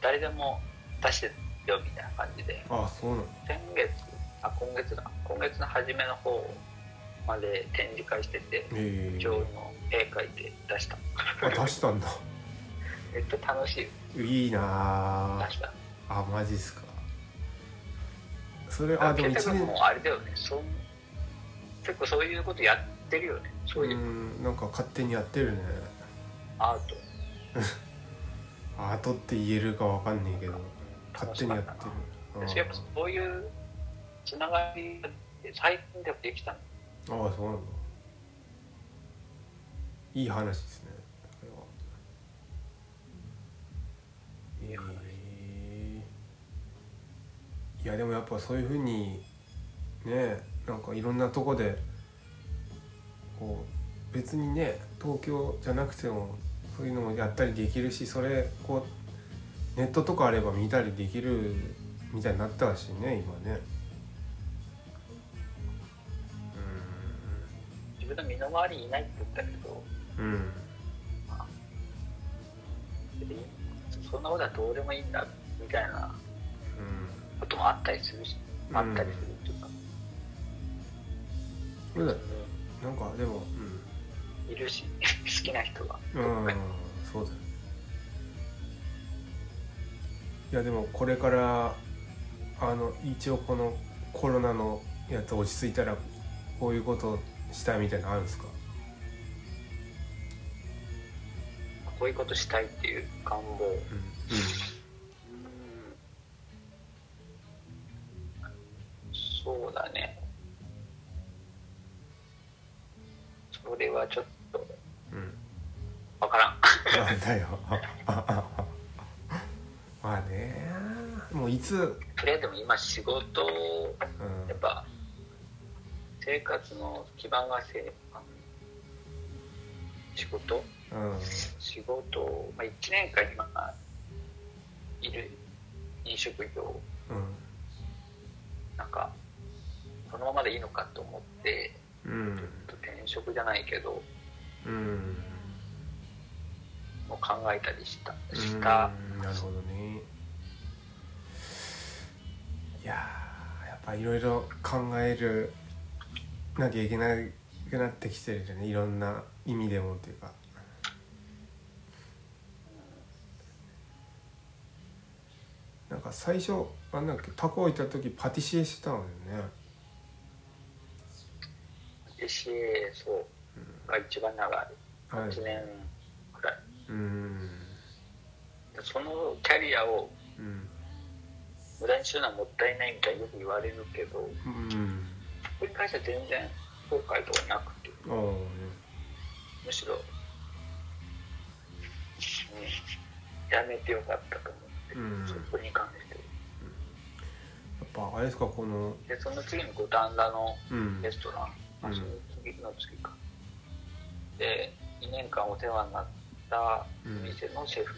Speaker 2: 誰でも出してよみたいな感じで
Speaker 1: あそうなの
Speaker 2: 先月あ今月だ今月の初めの方まで展示会してて
Speaker 1: ええ
Speaker 2: 上位の絵描いて出した
Speaker 1: あ出したんだ
Speaker 2: めっちゃ楽しい
Speaker 1: いいなあ
Speaker 2: 出した
Speaker 1: あマジっすかそれあ
Speaker 2: あ
Speaker 1: でも
Speaker 2: 結
Speaker 1: 一
Speaker 2: 局
Speaker 1: 年
Speaker 2: もうあれだよねそん結構そういうことやってるよねそう
Speaker 1: う
Speaker 2: いううん
Speaker 1: なんか勝手にやってるね
Speaker 2: アート、
Speaker 1: アートって言えるかわかんねえけど勝手にやってる
Speaker 2: 私やっぱそういうつながりが最近でもできたの
Speaker 1: うんああそうなんだいい話ですねこれはい
Speaker 2: い話
Speaker 1: えーいやでもやっぱそういうふうにねなんかいろんなとこでこう別にね東京じゃなくてもそういうのもやったりできるしそれこうネットとかあれば見たりできるみたいになったしね今ね
Speaker 2: 自分の身の回りにいないって言ったけど
Speaker 1: うんうん
Speaker 2: 別にそんなことはどうでもいいんだみたいなこともあったりするし
Speaker 1: うん
Speaker 2: あったりするっていうか、
Speaker 1: そうだよねなんかでも
Speaker 2: いるし好きな人が
Speaker 1: うん、うん、そうだよねいやでもこれからあの一応このコロナのやつ落ち着いたらこういうことしたいみたいなのあるんですか
Speaker 2: こういうことしたいっていう願望
Speaker 1: うん、
Speaker 2: そうだねそれはちょっと
Speaker 1: うん うん
Speaker 2: わからん
Speaker 1: なんだよ まあねもういつ、
Speaker 2: とりあえずでも今仕事を
Speaker 1: うん
Speaker 2: やっぱ生活の基盤がせあの仕事
Speaker 1: うん、
Speaker 2: 仕事を、まあ、1年間今いる飲食業をなんかこのままでいいのかと思って
Speaker 1: うんうん
Speaker 2: ちょっと転職じゃないけど
Speaker 1: うん
Speaker 2: も考えたりした
Speaker 1: うん
Speaker 2: した
Speaker 1: なるほどねいやーやっぱいろいろ考えるなきゃいけなくなってきてるよねいろんな意味でもっていうかなんか最初あんだっけタコ置いた時パティシエしてたのよね
Speaker 2: しそうが一番長い
Speaker 1: はい
Speaker 2: 1年くらい
Speaker 1: うん
Speaker 2: でそのキャリアを
Speaker 1: うん
Speaker 2: 無駄にするのはもったいないみたいによく言われるけど
Speaker 1: うん
Speaker 2: それに関しては全然後悔とかなくて
Speaker 1: ああね
Speaker 2: むしろ、うん、やめてよかったと思って、
Speaker 1: うん
Speaker 2: そこに関しては
Speaker 1: やっぱあれですかこの
Speaker 2: でその次に五反田の
Speaker 1: うん
Speaker 2: レストラン、
Speaker 1: うん
Speaker 2: あその次の次かで2年間お世話になった店のシェフ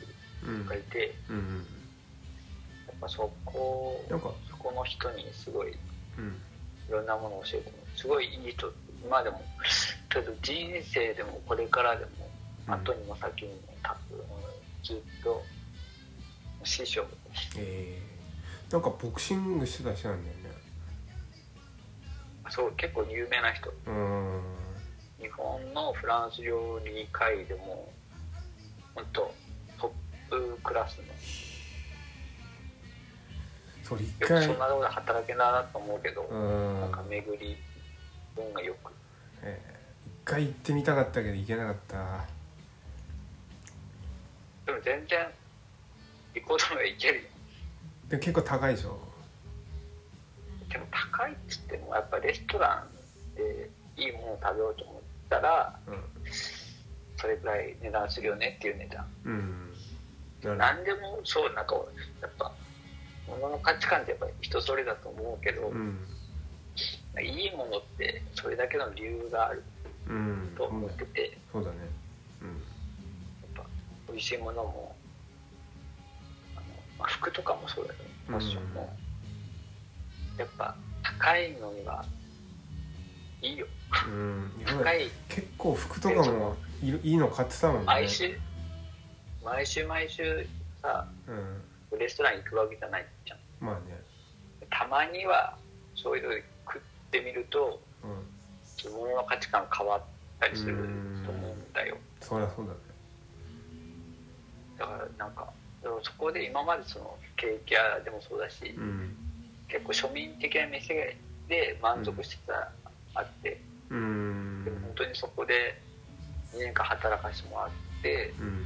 Speaker 1: うん
Speaker 2: がいて、
Speaker 1: う
Speaker 2: や
Speaker 1: ん
Speaker 2: っぱそこ
Speaker 1: なんか
Speaker 2: そこの人にすごいい
Speaker 1: うん
Speaker 2: ろんなものを教えてもらうすごいいい人今でも ちょっと人生でもこれからでも
Speaker 1: うん
Speaker 2: 後にも先にも多分ずっと師匠
Speaker 1: えー、なんかボクシングしてた人なんだよね
Speaker 2: そう結構有名な人
Speaker 1: うーん
Speaker 2: 日本のフランス料理界でも本当トップクラスの
Speaker 1: それ一
Speaker 2: よく
Speaker 1: 回
Speaker 2: そんなところで働けないなと思うけど、
Speaker 1: う
Speaker 2: なん
Speaker 1: ん
Speaker 2: か巡り運がよく
Speaker 1: えー一回行ってみたかったけど行けなかった
Speaker 2: でも全然行こうとも行けるよ
Speaker 1: でも結構高いでしょ
Speaker 2: でも高いっつってもやっぱレストランでいいものを食べようと思ったらそれぐらい値段するよねっていう値段
Speaker 1: うんうんなる
Speaker 2: 何でもそうなんかやっぱ物の価値観ってやっぱ人それだと思うけど、
Speaker 1: ほどうん
Speaker 2: いいものってそれだけの理由がある
Speaker 1: うん
Speaker 2: と思ってて、
Speaker 1: そうだねうん
Speaker 2: やっぱ美味しいものもあの、まあ、服とかもそうだけどファッションも、やっぱ高いのにはいいよ
Speaker 1: うんやば
Speaker 2: 高い
Speaker 1: 結構服とかもいいいの買ってたもんね
Speaker 2: 毎週、毎週毎週さ
Speaker 1: うん
Speaker 2: レストラン行くわけじゃないじゃん
Speaker 1: まあね
Speaker 2: たまにはそういうので食ってみると
Speaker 1: うん
Speaker 2: 着物の価値観変わったりすると思うんだよ
Speaker 1: そりゃそうだね
Speaker 2: だからなんかでもそこで今までそのケーキ屋でもそうだし、
Speaker 1: うん
Speaker 2: 結構庶民的な店で満足してた、あって
Speaker 1: うん
Speaker 2: でも本当にそこで2年間働かせてもらって
Speaker 1: うん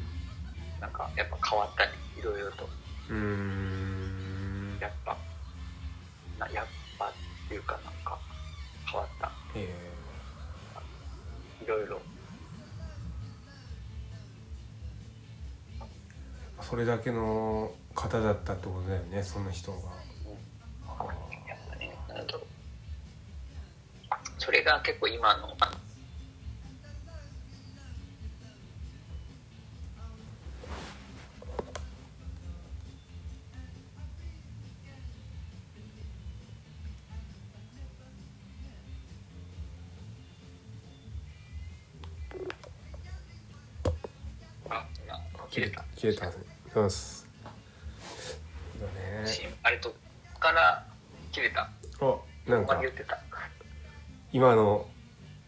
Speaker 2: なんかやっぱ変わったりいろいろと
Speaker 1: うん
Speaker 2: やっぱなやっぱっていうかなんか変わった
Speaker 1: え
Speaker 2: いろいろ
Speaker 1: ーそれだけの方だったってことだよねその人が
Speaker 2: うんやっぱねなんだろうそれが結構今のああ今切れた
Speaker 1: 切れたそうですだね
Speaker 2: しあれとこっから切れた
Speaker 1: あなん
Speaker 2: ここま
Speaker 1: か
Speaker 2: で言ってた
Speaker 1: 今の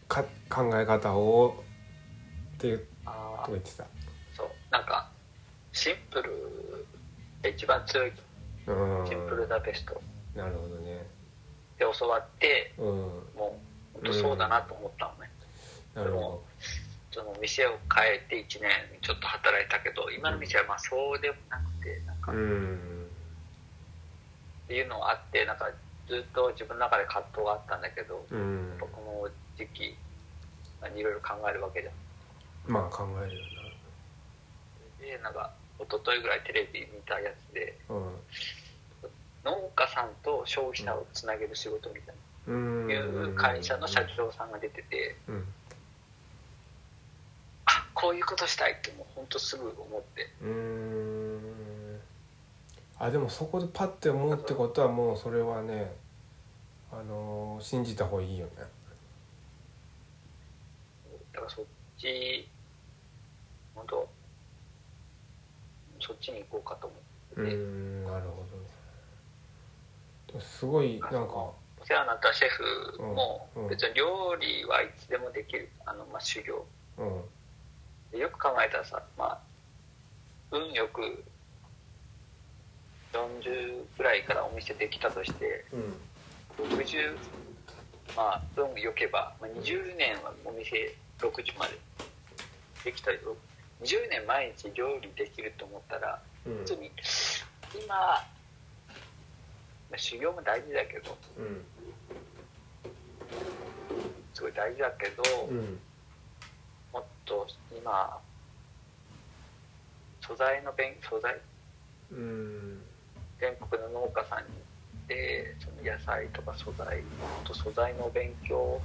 Speaker 1: か考え方をっていう
Speaker 2: あ
Speaker 1: と
Speaker 2: あ
Speaker 1: こ言ってた
Speaker 2: そうなんかシンプルが一番強い
Speaker 1: うん
Speaker 2: シンプルだベスト
Speaker 1: なるほどね
Speaker 2: で教わって
Speaker 1: うん
Speaker 2: もう本当そうだなと思ったのね、
Speaker 1: なるほ
Speaker 2: その店を変えて1年ちょっと働いたけど今の店はまあそうでもなくてなんか
Speaker 1: ど
Speaker 2: っ
Speaker 1: うん
Speaker 2: ていうのがあってなんかずっと自分の中で葛藤があったんだけど
Speaker 1: うん
Speaker 2: 僕も時期いろいろ考えるわけじゃん
Speaker 1: まあ考えるよ
Speaker 2: でなんか一昨日ぐらいテレビ見たやつで
Speaker 1: な
Speaker 2: 農家さんと消費者をつなげる仕事みたいな
Speaker 1: うん
Speaker 2: いう会社の社長さんが出てて、
Speaker 1: うん
Speaker 2: あこういうことしたいってもう本当すぐ思って、
Speaker 1: うーんあでもそこでパッて思うってことはもうそれはねあのー信じた方がいいよね
Speaker 2: だからそっち、本当、そっちに行こうかと思って
Speaker 1: う
Speaker 2: て、
Speaker 1: んなるほどでもすごいなんか
Speaker 2: お世話になったシェフも
Speaker 1: うんうん
Speaker 2: 別に料理はいつでもできるあの、まあ、修行
Speaker 1: うん
Speaker 2: でよく考えたらさ、まあ、運よく40ぐらいからお店できたとして
Speaker 1: うん
Speaker 2: 60まあ運良けば、まあ、20年はお店60までできたよ20年毎日料理できると思ったら
Speaker 1: うん
Speaker 2: 普通に今、まあ修行も大事だけど
Speaker 1: うん
Speaker 2: すごい大事だけど、
Speaker 1: うん
Speaker 2: もっと今素材の勉素材
Speaker 1: うん
Speaker 2: 全国の農家さんに行ってその野菜とか素材もっと素材の勉強を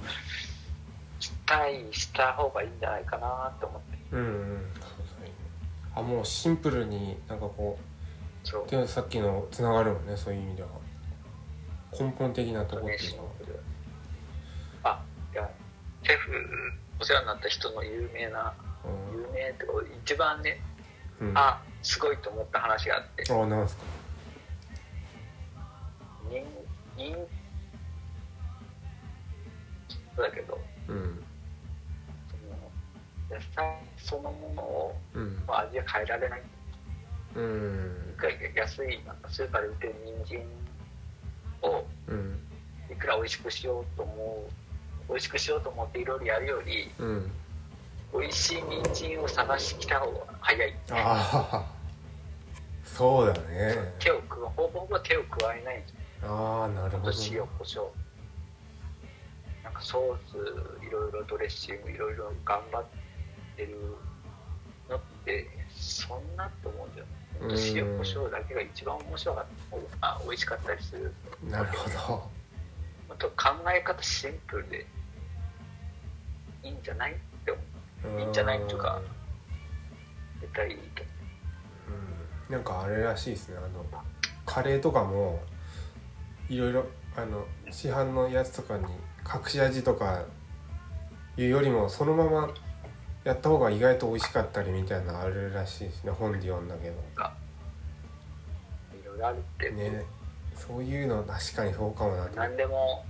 Speaker 2: したいした方がいいんじゃないかなって思って
Speaker 1: うんうんそうだねあもうシンプルになんかこ
Speaker 2: そう
Speaker 1: うでさっきのつながるもんねそういう意味では根本的なとこっていうのは
Speaker 2: あいやシェフお世話になった人の有名な有名ってこと一番ね
Speaker 1: うん、うん、あ
Speaker 2: あすごいと思った話があって
Speaker 1: なんですか
Speaker 2: 人人そうだけど
Speaker 1: うん
Speaker 2: その野菜そのものを、
Speaker 1: うん
Speaker 2: まあ、味は変えられない
Speaker 1: うん
Speaker 2: 安いなんかスーパーで売ってる人参を
Speaker 1: うん
Speaker 2: いくら美味しくしようと思う美味しくしようと思っていろいろやるより
Speaker 1: うん
Speaker 2: 美味しい人参を探してきた方が早い
Speaker 1: ああそうだね
Speaker 2: 手をくほぼほぼ手を加えない
Speaker 1: ああなる
Speaker 2: あ
Speaker 1: ほ
Speaker 2: と
Speaker 1: ど
Speaker 2: 塩コショウなんかソースいろいろドレッシングいろいろ頑張ってるのってそんなと思うんだよねほんと
Speaker 1: う
Speaker 2: 塩
Speaker 1: ん
Speaker 2: コショウだけが一番面白かったあ美味しかったりする
Speaker 1: なるほ
Speaker 2: もっと考え方シンプルでいいんじゃないって思う
Speaker 1: ど
Speaker 2: いいんじゃないっていうか絶対いいと
Speaker 1: うんなんかあれらしいですねあのカレーとかもいろいろあの市販のやつとかに隠し味とかいうよりもそのままやった方が意外と美味しかったりみたいなのあるらしいですね本で読んだけど
Speaker 2: かいろいろあるって、
Speaker 1: ねそういうの確かにそうかもなと
Speaker 2: 何でも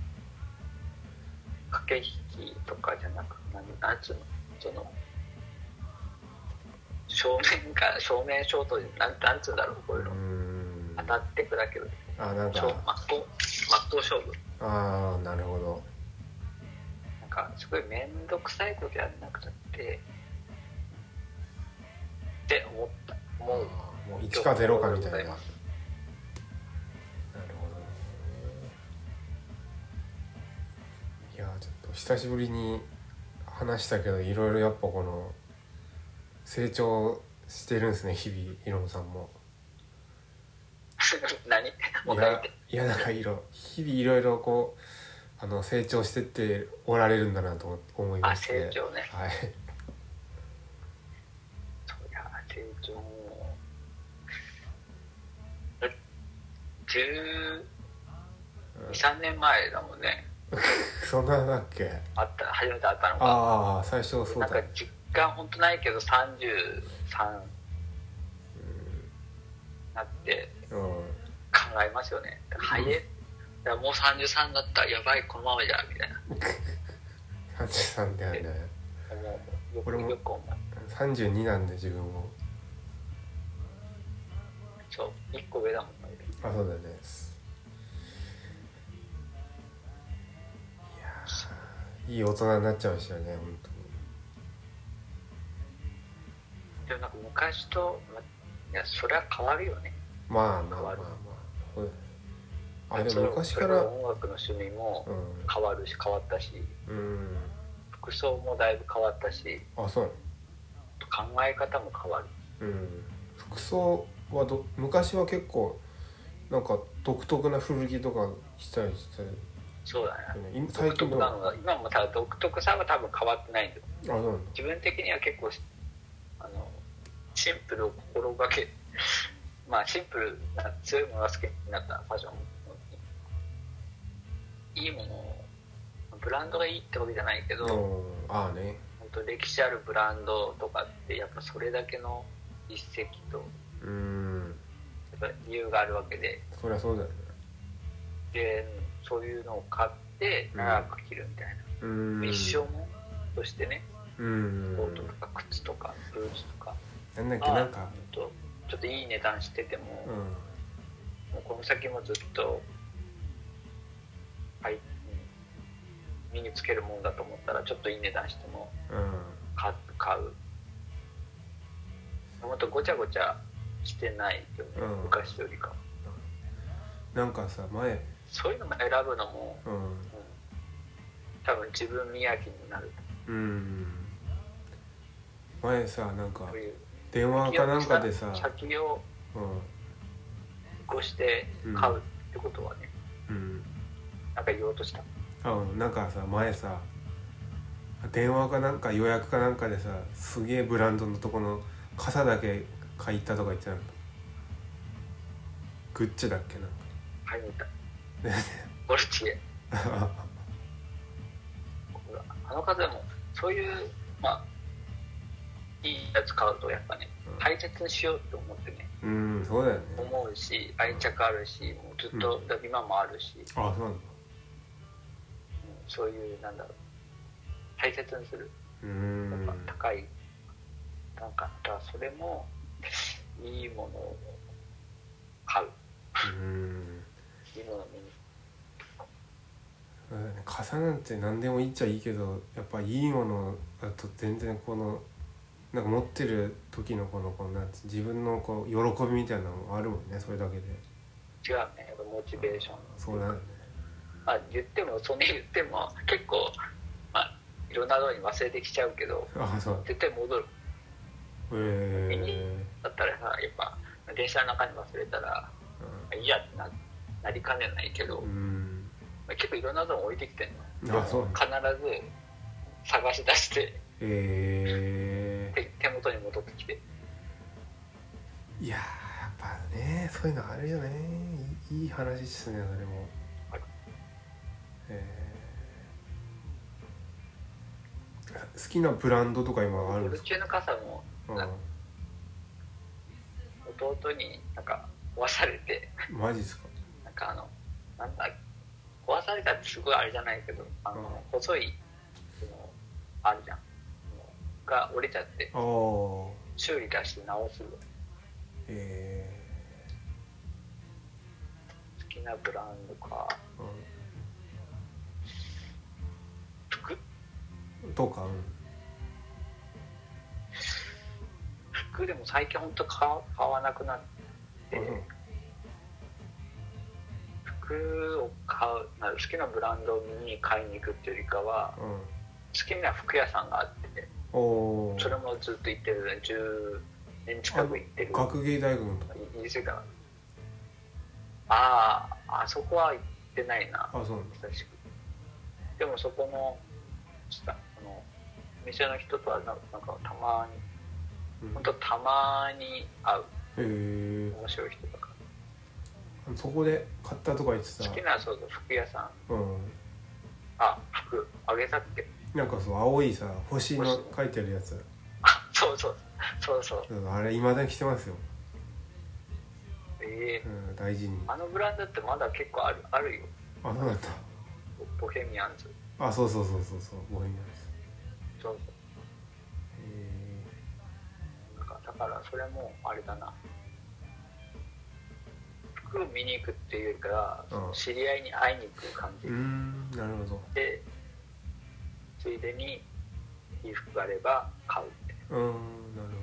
Speaker 2: 駆け引きとかじゃなく何なんつうのその正面か正面衝突なんなんつうんだろうこういうの
Speaker 1: うん
Speaker 2: 当たってくだけど
Speaker 1: あなん
Speaker 2: 超真っ
Speaker 1: か
Speaker 2: 向真っ向勝負
Speaker 1: ああなるほど
Speaker 2: なんかすごい面倒くさいことやんなくたってって思った思う
Speaker 1: もう1か0かみたいななるほどねいやちょっと久しぶりに話したけどいろいろやっぱこの成長してるんですね日々いろもさんも
Speaker 2: 何もう
Speaker 1: い
Speaker 2: 一回言
Speaker 1: や
Speaker 2: って
Speaker 1: いやなんかいろ日々いろいろこうあの成長してっておられるんだなと思いま
Speaker 2: あ
Speaker 1: して
Speaker 2: 成長ね
Speaker 1: はい
Speaker 2: そりゃ成長もえ123年前だもんね
Speaker 1: そんなだっけ
Speaker 2: あった初めて会ったのが
Speaker 1: ああ最初そう
Speaker 2: な
Speaker 1: だ
Speaker 2: んか実感ほんとないけど33なって
Speaker 1: うん
Speaker 2: 考えますよね早いいやもう33だったやばいこのままじゃみたいな
Speaker 1: 33だよね
Speaker 2: 思うよ
Speaker 1: 俺も
Speaker 2: くよく思う
Speaker 1: 32なんで自分も
Speaker 2: そう1個上だもんね
Speaker 1: あそうだよねいやーいい大人になっちゃいましたよね本
Speaker 2: でもなんか昔とまいやそれは変わるよね
Speaker 1: 当まあまあまあまあそうだよねあでも昔から
Speaker 2: それ音楽の趣味も
Speaker 1: うん
Speaker 2: 変わるし変わったし
Speaker 1: うん
Speaker 2: 服装もだいぶ変わったし
Speaker 1: あそう
Speaker 2: 考え方も変わる
Speaker 1: なのうん服装はど昔は結構なんか独特な古着とかしたりして
Speaker 2: そうだ
Speaker 1: たよ
Speaker 2: ね
Speaker 1: ね今最
Speaker 2: 独
Speaker 1: 近
Speaker 2: 特
Speaker 1: の
Speaker 2: な
Speaker 1: は
Speaker 2: のが今もただ独特さは多分変わってないんだよ
Speaker 1: あそうなんだ
Speaker 2: 自分的には結構あのシンプルを心がけ まあシンプルな強いものが好きになったファッションいいものをブランドがいいってわけじゃないけど、
Speaker 1: うんああね
Speaker 2: 本当歴史あるブランドとかってやっぱそれだけの実績と
Speaker 1: うん
Speaker 2: やっぱ理由があるわけで
Speaker 1: そりゃそうだよね
Speaker 2: でそういうのを買って長く着るみたいな、
Speaker 1: うん
Speaker 2: 一生もとしてね
Speaker 1: うん
Speaker 2: コートとか靴とかブーツとか
Speaker 1: なんだっけ
Speaker 2: まあ
Speaker 1: なんか
Speaker 2: ちょっとちょっといい値段してても,、
Speaker 1: う
Speaker 2: も
Speaker 1: ん
Speaker 2: うこの先もずっとはい身につけるもんだと思ったらちょっといい値段しても
Speaker 1: うん
Speaker 2: 買買うもっとごちゃごちゃしてないよね、
Speaker 1: うん
Speaker 2: 昔よりかは
Speaker 1: なんかさ前
Speaker 2: そういうのも選ぶのも、
Speaker 1: うん
Speaker 2: うん、多分自分磨きになる
Speaker 1: うん前さなんか
Speaker 2: という
Speaker 1: 電話かなんかでさ
Speaker 2: 先を
Speaker 1: うん
Speaker 2: 越して買うってことはね、
Speaker 1: うん
Speaker 2: なんか言おうとした
Speaker 1: あうんなんかさ前さ電話かなんか予約かなんかでさすげえブランドのとこの傘だけ買いに行ったとか言ってなかったグッチだっけなんか
Speaker 2: 買いに 行った
Speaker 1: ね
Speaker 2: ボルチエあの方でもそういうまあいいやつ買うとやっぱね
Speaker 1: うん
Speaker 2: 大切にしようと思ってね
Speaker 1: うんそうだよね
Speaker 2: 思うし愛着あるしもうずっと今もあるし、うん
Speaker 1: あそうなんだ
Speaker 2: そういうなんだろう大切にする
Speaker 1: う
Speaker 2: やっ
Speaker 1: ん
Speaker 2: ぱ高いなんかだからそれもいいものを買う
Speaker 1: うん
Speaker 2: いいものを身に
Speaker 1: そうだよね傘なんて何でもいいっちゃいいけどやっぱいいものだと全然このなんか持ってる時のこのこのなんて自分のこう喜びみたいなのもあるもんねそれだけで
Speaker 2: 違うねやっぱモチベーション
Speaker 1: そうだよね
Speaker 2: まあ言ってもそんな言っても結構まあいろんなのに忘れてきちゃうけど
Speaker 1: あそう
Speaker 2: 絶対戻る
Speaker 1: え
Speaker 2: だったらさやっぱ電車の中に忘れたらいいやってななりかねないけど、
Speaker 1: ー、うん
Speaker 2: まあ結構いろんなの置いてきてんの
Speaker 1: あそう
Speaker 2: 必ず探し出して
Speaker 1: え
Speaker 2: 手手元に戻ってきて
Speaker 1: ー、いやーやっぱねそういうのあるよねいいいい話ですねそれも
Speaker 2: はい
Speaker 1: えー、好きなブランドとか今あるんで
Speaker 2: ボル
Speaker 1: すか
Speaker 2: チェの傘も
Speaker 1: う
Speaker 2: 弟になんか壊されて
Speaker 1: んマジですか
Speaker 2: なんかあのなんだ壊されたってすごいあれじゃないけどあの、
Speaker 1: うん
Speaker 2: 細いそのあるじゃんそのが折れちゃって
Speaker 1: ああ
Speaker 2: 修理出して直す
Speaker 1: え
Speaker 2: 好きなブランドか
Speaker 1: ー
Speaker 2: 服
Speaker 1: うん、とか、うん、
Speaker 2: 服でも最近本当買わ買わなくなって
Speaker 1: あそう
Speaker 2: 服を買うな好きなブランドを見に買いに行くっていうよりかは
Speaker 1: うん
Speaker 2: 好きな服屋さんがあって
Speaker 1: おお
Speaker 2: それもずっと行ってるね10年近く行ってる
Speaker 1: 学芸大学のとこ
Speaker 2: いい世界あああそこは行ってないな
Speaker 1: あそうなんだ
Speaker 2: 久しくでもそこのしたこの店の人とはななんかたまに
Speaker 1: うん
Speaker 2: 本当たまに会う
Speaker 1: へえ
Speaker 2: 面白い人とか
Speaker 1: ー、そこで買ったとか言って
Speaker 2: 好
Speaker 1: た
Speaker 2: きなそうそう服屋さん
Speaker 1: うん
Speaker 2: あ服あげたって
Speaker 1: なんかそう青いさ星の書いてあるやつ
Speaker 2: あそうそうそうそう
Speaker 1: うんあれいまだに着てますよ、
Speaker 2: ええ
Speaker 1: うん、大事に
Speaker 2: あのブランドってまだ結構あるあるよ
Speaker 1: あそうだった
Speaker 2: ボボヘミアンズ
Speaker 1: あそうそうそうそうそうボヘミアンです
Speaker 2: そう
Speaker 1: へ
Speaker 2: そうなんかだからそれもあれだな服を見に行くっていうよりかは、
Speaker 1: うん
Speaker 2: 知り合いに会いに行く感
Speaker 1: え
Speaker 2: じ
Speaker 1: うーんなるほど
Speaker 2: でついでにいい服があれば買うって
Speaker 1: うーんなるほどね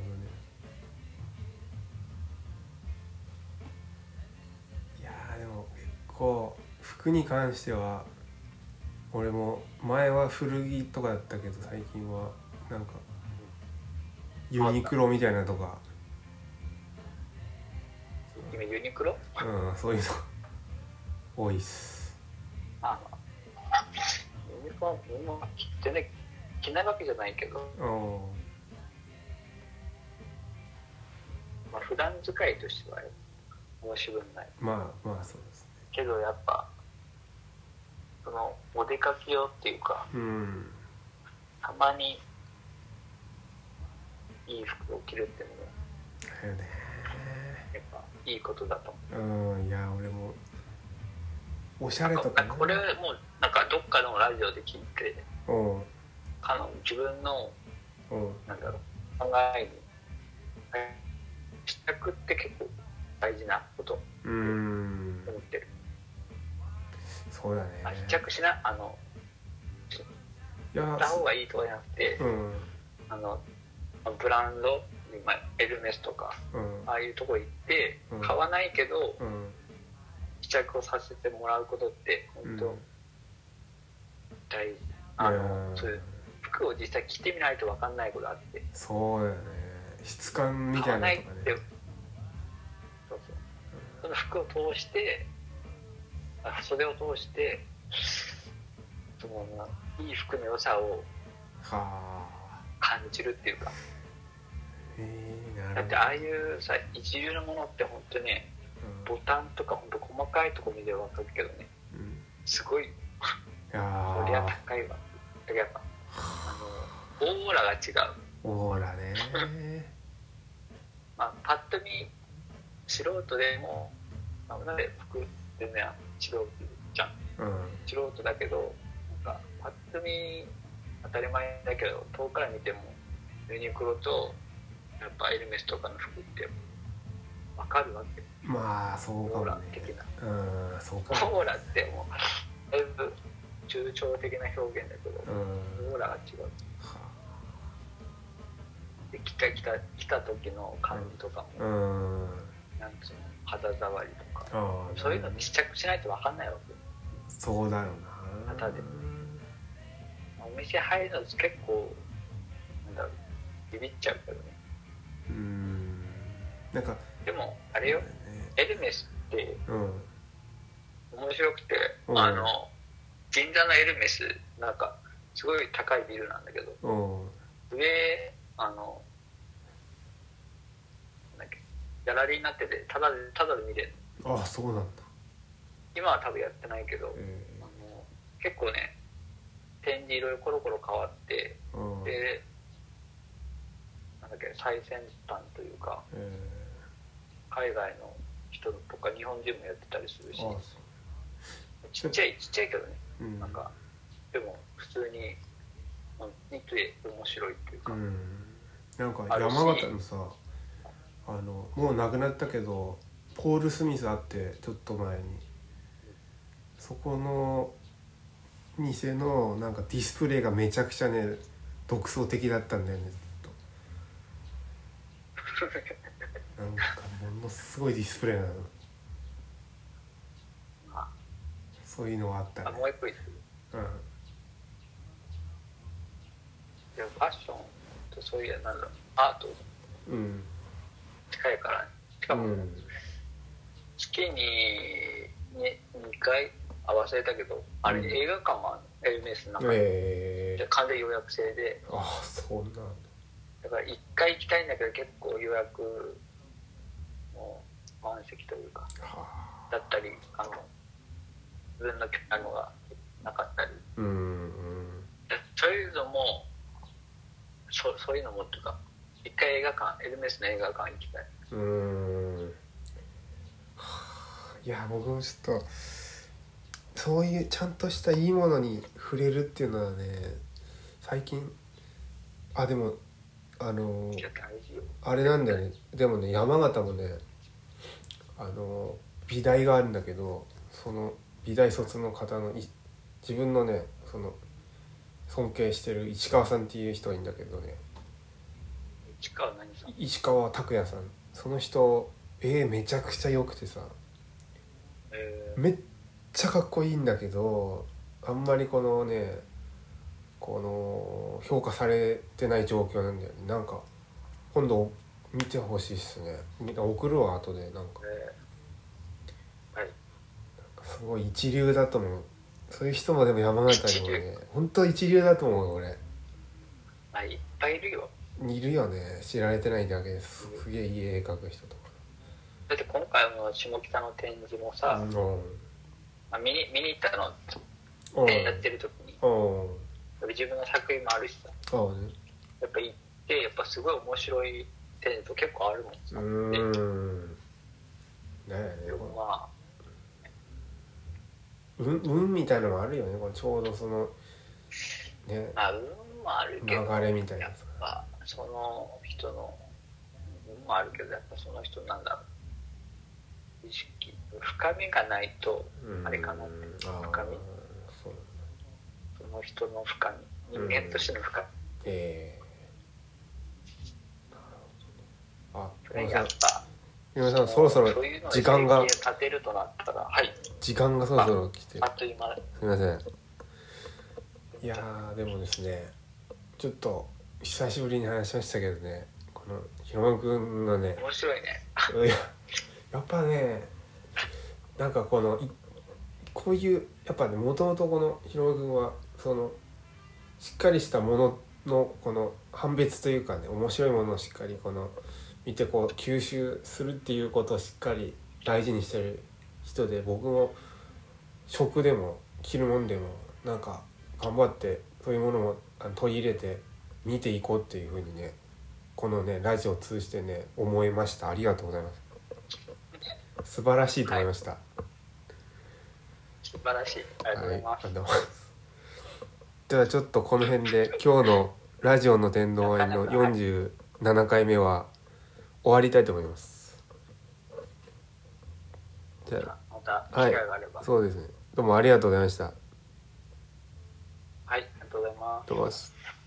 Speaker 1: いやーでも結構服に関しては俺も前は古着とかだったけど最近はなんかユニクロみたいなとか
Speaker 2: 今ユニクロ
Speaker 1: うんそういうの多いっす
Speaker 2: あのユニクロは僕も全然着ないわけじゃないけど、
Speaker 1: あー
Speaker 2: まあ、普段使いとしては申し分ない
Speaker 1: まあまあそうですね
Speaker 2: けどやっぱそのお出かけ用っていうか
Speaker 1: うん
Speaker 2: たまにいい服を着るっていうのも
Speaker 1: だよね
Speaker 2: やっぱいいことだと思
Speaker 1: うんいや俺もおしゃれ
Speaker 2: うな
Speaker 1: と
Speaker 2: んか
Speaker 1: か
Speaker 2: なんかこれもうなんかどっかのラジオで聞いて
Speaker 1: うんうん
Speaker 2: かの自分のなんだろう考えに支度って結構大事なこと
Speaker 1: うん
Speaker 2: 思ってる、
Speaker 1: そうだ
Speaker 2: まあ、
Speaker 1: ね
Speaker 2: 試着しなあの
Speaker 1: いや
Speaker 2: した方がいいとかじゃなくて、
Speaker 1: うん
Speaker 2: あのブランド今エルメスとか
Speaker 1: うん
Speaker 2: ああいうとこ行って
Speaker 1: うん
Speaker 2: 買わないけど
Speaker 1: うん
Speaker 2: 試着をさせてもらうことって本
Speaker 1: う
Speaker 2: 当
Speaker 1: ん
Speaker 2: 大事、あ
Speaker 1: いや
Speaker 2: のそういう服を実際着てみないと分かんないことあって
Speaker 1: そうだよね質感み
Speaker 2: 買
Speaker 1: た
Speaker 2: わ
Speaker 1: い
Speaker 2: な
Speaker 1: ないの
Speaker 2: っ
Speaker 1: とか
Speaker 2: て
Speaker 1: ね
Speaker 2: そうそうその服を通してあ袖を通してそのないい服の良さを
Speaker 1: はあ
Speaker 2: 感じるっていうか
Speaker 1: えー、なるほど
Speaker 2: だってああいうさ一流のものって本当ねボタンとか本当細かいとこ見れば分かるけどね
Speaker 1: うんうん
Speaker 2: すごい
Speaker 1: いやー
Speaker 2: こりゃ高いわだけどやっぱあのオーラが違う、
Speaker 1: オーラね
Speaker 2: まあ、パッと見素人でも、まあ、なんで服全然素人じゃん
Speaker 1: うん
Speaker 2: 素人だけどなんかパッと見当たり前だけど遠くから見てもユニクロとやっぱエルメスとかの服って分かるわけ
Speaker 1: まあそうか
Speaker 2: オー
Speaker 1: も
Speaker 2: ラ
Speaker 1: ね
Speaker 2: 的な
Speaker 1: うんそうかも
Speaker 2: オーラってもうだいぶ抽象的な表現だけど
Speaker 1: うん
Speaker 2: オーラが違う
Speaker 1: は
Speaker 2: で来た来た来た時の感じとか
Speaker 1: あう
Speaker 2: も、
Speaker 1: ん
Speaker 2: なんつうの肌触りとか
Speaker 1: ああ
Speaker 2: そういうのに試着しないと分かんないわけ
Speaker 1: そうだよな
Speaker 2: 旗でお店入るの結構なんだろうビビっちゃうけどね
Speaker 1: うんなんか
Speaker 2: でもあれよ
Speaker 1: ね
Speaker 2: エルメスって
Speaker 1: うん
Speaker 2: 面白くて、
Speaker 1: うん
Speaker 2: あの銀座のエルメスなんかすごい高いビルなんだけど
Speaker 1: うん
Speaker 2: 上あのなんだっけギャラリーになっててただでただで見れるの
Speaker 1: あそうなんだ
Speaker 2: 今は多分やってないけど、
Speaker 1: え
Speaker 2: あの結構ね展示いろいろコロコロ変わって
Speaker 1: えうんえ
Speaker 2: でなんだっけ最先端というか
Speaker 1: え
Speaker 2: 海外の人とか日本人もやってたりするし
Speaker 1: あそ
Speaker 2: ちっちゃいちっちゃいけどね
Speaker 1: ううん
Speaker 2: なんかでも普通にうん見て面白いっていう
Speaker 1: う
Speaker 2: か、
Speaker 1: んなんか
Speaker 2: あるし
Speaker 1: 山形のさあのもう亡くなったけどポール・スミスあってちょっと前にそこの店のなんかディスプレイがめちゃくちゃね独創的だったんだよねずっとなんかものすごいディスプレイなの
Speaker 2: あ
Speaker 1: そういうのはあった
Speaker 2: あ
Speaker 1: ね
Speaker 2: もう一個いい
Speaker 1: うん
Speaker 2: でもファッションとそういうなんだろうアート
Speaker 1: うん
Speaker 2: 近いから、ね、しかも
Speaker 1: うん
Speaker 2: 月に 2, 回あ忘れたけどあれ
Speaker 1: うん
Speaker 2: 映画館もあるの LMS の中に、
Speaker 1: ええ
Speaker 2: 完全予約制で
Speaker 1: あそうなんだ
Speaker 2: だから1回行きたいんだけど結構予約もう満席というか
Speaker 1: はあ
Speaker 2: だったりあの自分のあのがなかったり
Speaker 1: うんうん
Speaker 2: でそういうのもそそういうのもっていうか一回映画館エルメスの映画館行きたいう
Speaker 1: ーんはあいや僕もちょっとそういうちゃんとしたいいものに触れるっていうのはね最近あでもあの
Speaker 2: いや大事よ
Speaker 1: あれなんだよねでもね山形もねあの美大があるんだけどその美大卒の方のい自分のねその尊敬してる市川さんっていう人がいるんだけどね
Speaker 2: 市川何さん
Speaker 1: 石川拓也さんその人えーめちゃくちゃ良くてさ
Speaker 2: えー
Speaker 1: めっちゃかっこいいんだけどあんまりこのねこの評価されてない状況なんだよねなんか今度見てほしいっすねみんな送るわ後でなんか
Speaker 2: えーはい
Speaker 1: すごい一流だと思うそういう人もでも山形にもね本当一流だと思う俺
Speaker 2: まあいっぱいいるよ
Speaker 1: いるよね知られてないだけですすげえいい絵描く人とか
Speaker 2: だって今回の下北の展示もさ、
Speaker 1: うん
Speaker 2: まあ、見に見に行ったの
Speaker 1: うん
Speaker 2: 展やってる時に
Speaker 1: うん
Speaker 2: 自分の作品もあるしさ
Speaker 1: ああね
Speaker 2: やっぱ行ってやっぱすごい面白い展示と結構あるもん
Speaker 1: うーんなんやね
Speaker 2: でも
Speaker 1: こ
Speaker 2: まあ
Speaker 1: れ運運みたいなのもあるよねこれちょうどそのね
Speaker 2: まあ運もあるけど
Speaker 1: 流れみたいな
Speaker 2: やっぱその人の運もあるけどやっぱその人なんだろう意識深みがないと
Speaker 1: うん
Speaker 2: あれかなって
Speaker 1: あー
Speaker 2: 深み
Speaker 1: そう
Speaker 2: その人の深み人間としての深み、
Speaker 1: ええなるほ
Speaker 2: こ
Speaker 1: ど
Speaker 2: れ
Speaker 1: ね
Speaker 2: や
Speaker 1: あ
Speaker 2: っぱ
Speaker 1: 皆さんそろそろ
Speaker 2: ういうのを
Speaker 1: 時間が
Speaker 2: 生計立てるとなったらはい
Speaker 1: 時間がそろそろ来てる
Speaker 2: あっという間
Speaker 1: すみませんいやーでもですねちょっと久しぶりに話しましたけどねこのひろまくんのね
Speaker 2: 面白いね
Speaker 1: いややっぱねなんかこのいこういうやっぱねもともとこのひろまくんはそのしっかりしたもののこの判別というかね面白いものをしっかりこの見てこう吸収するっていうことをしっかり大事にしてる人で僕も食でも着るもんでもなんか頑張ってそういうものもあの取り入れて見ていこうっていうふうにねこのねラジオを通じてね思いましたありがとうございます素晴らしいと思いました、
Speaker 2: 素晴らしいありがとうございます、
Speaker 1: ありがとうございますではちょっとこの辺で今日の「ラジオの天童園」の47回目は終わりたいと思いますじゃ
Speaker 2: また
Speaker 1: あは
Speaker 2: 機会
Speaker 1: い
Speaker 2: があれば、はい、
Speaker 1: そうですねどうもありがとうございました
Speaker 2: ありがとうございます
Speaker 1: どうもです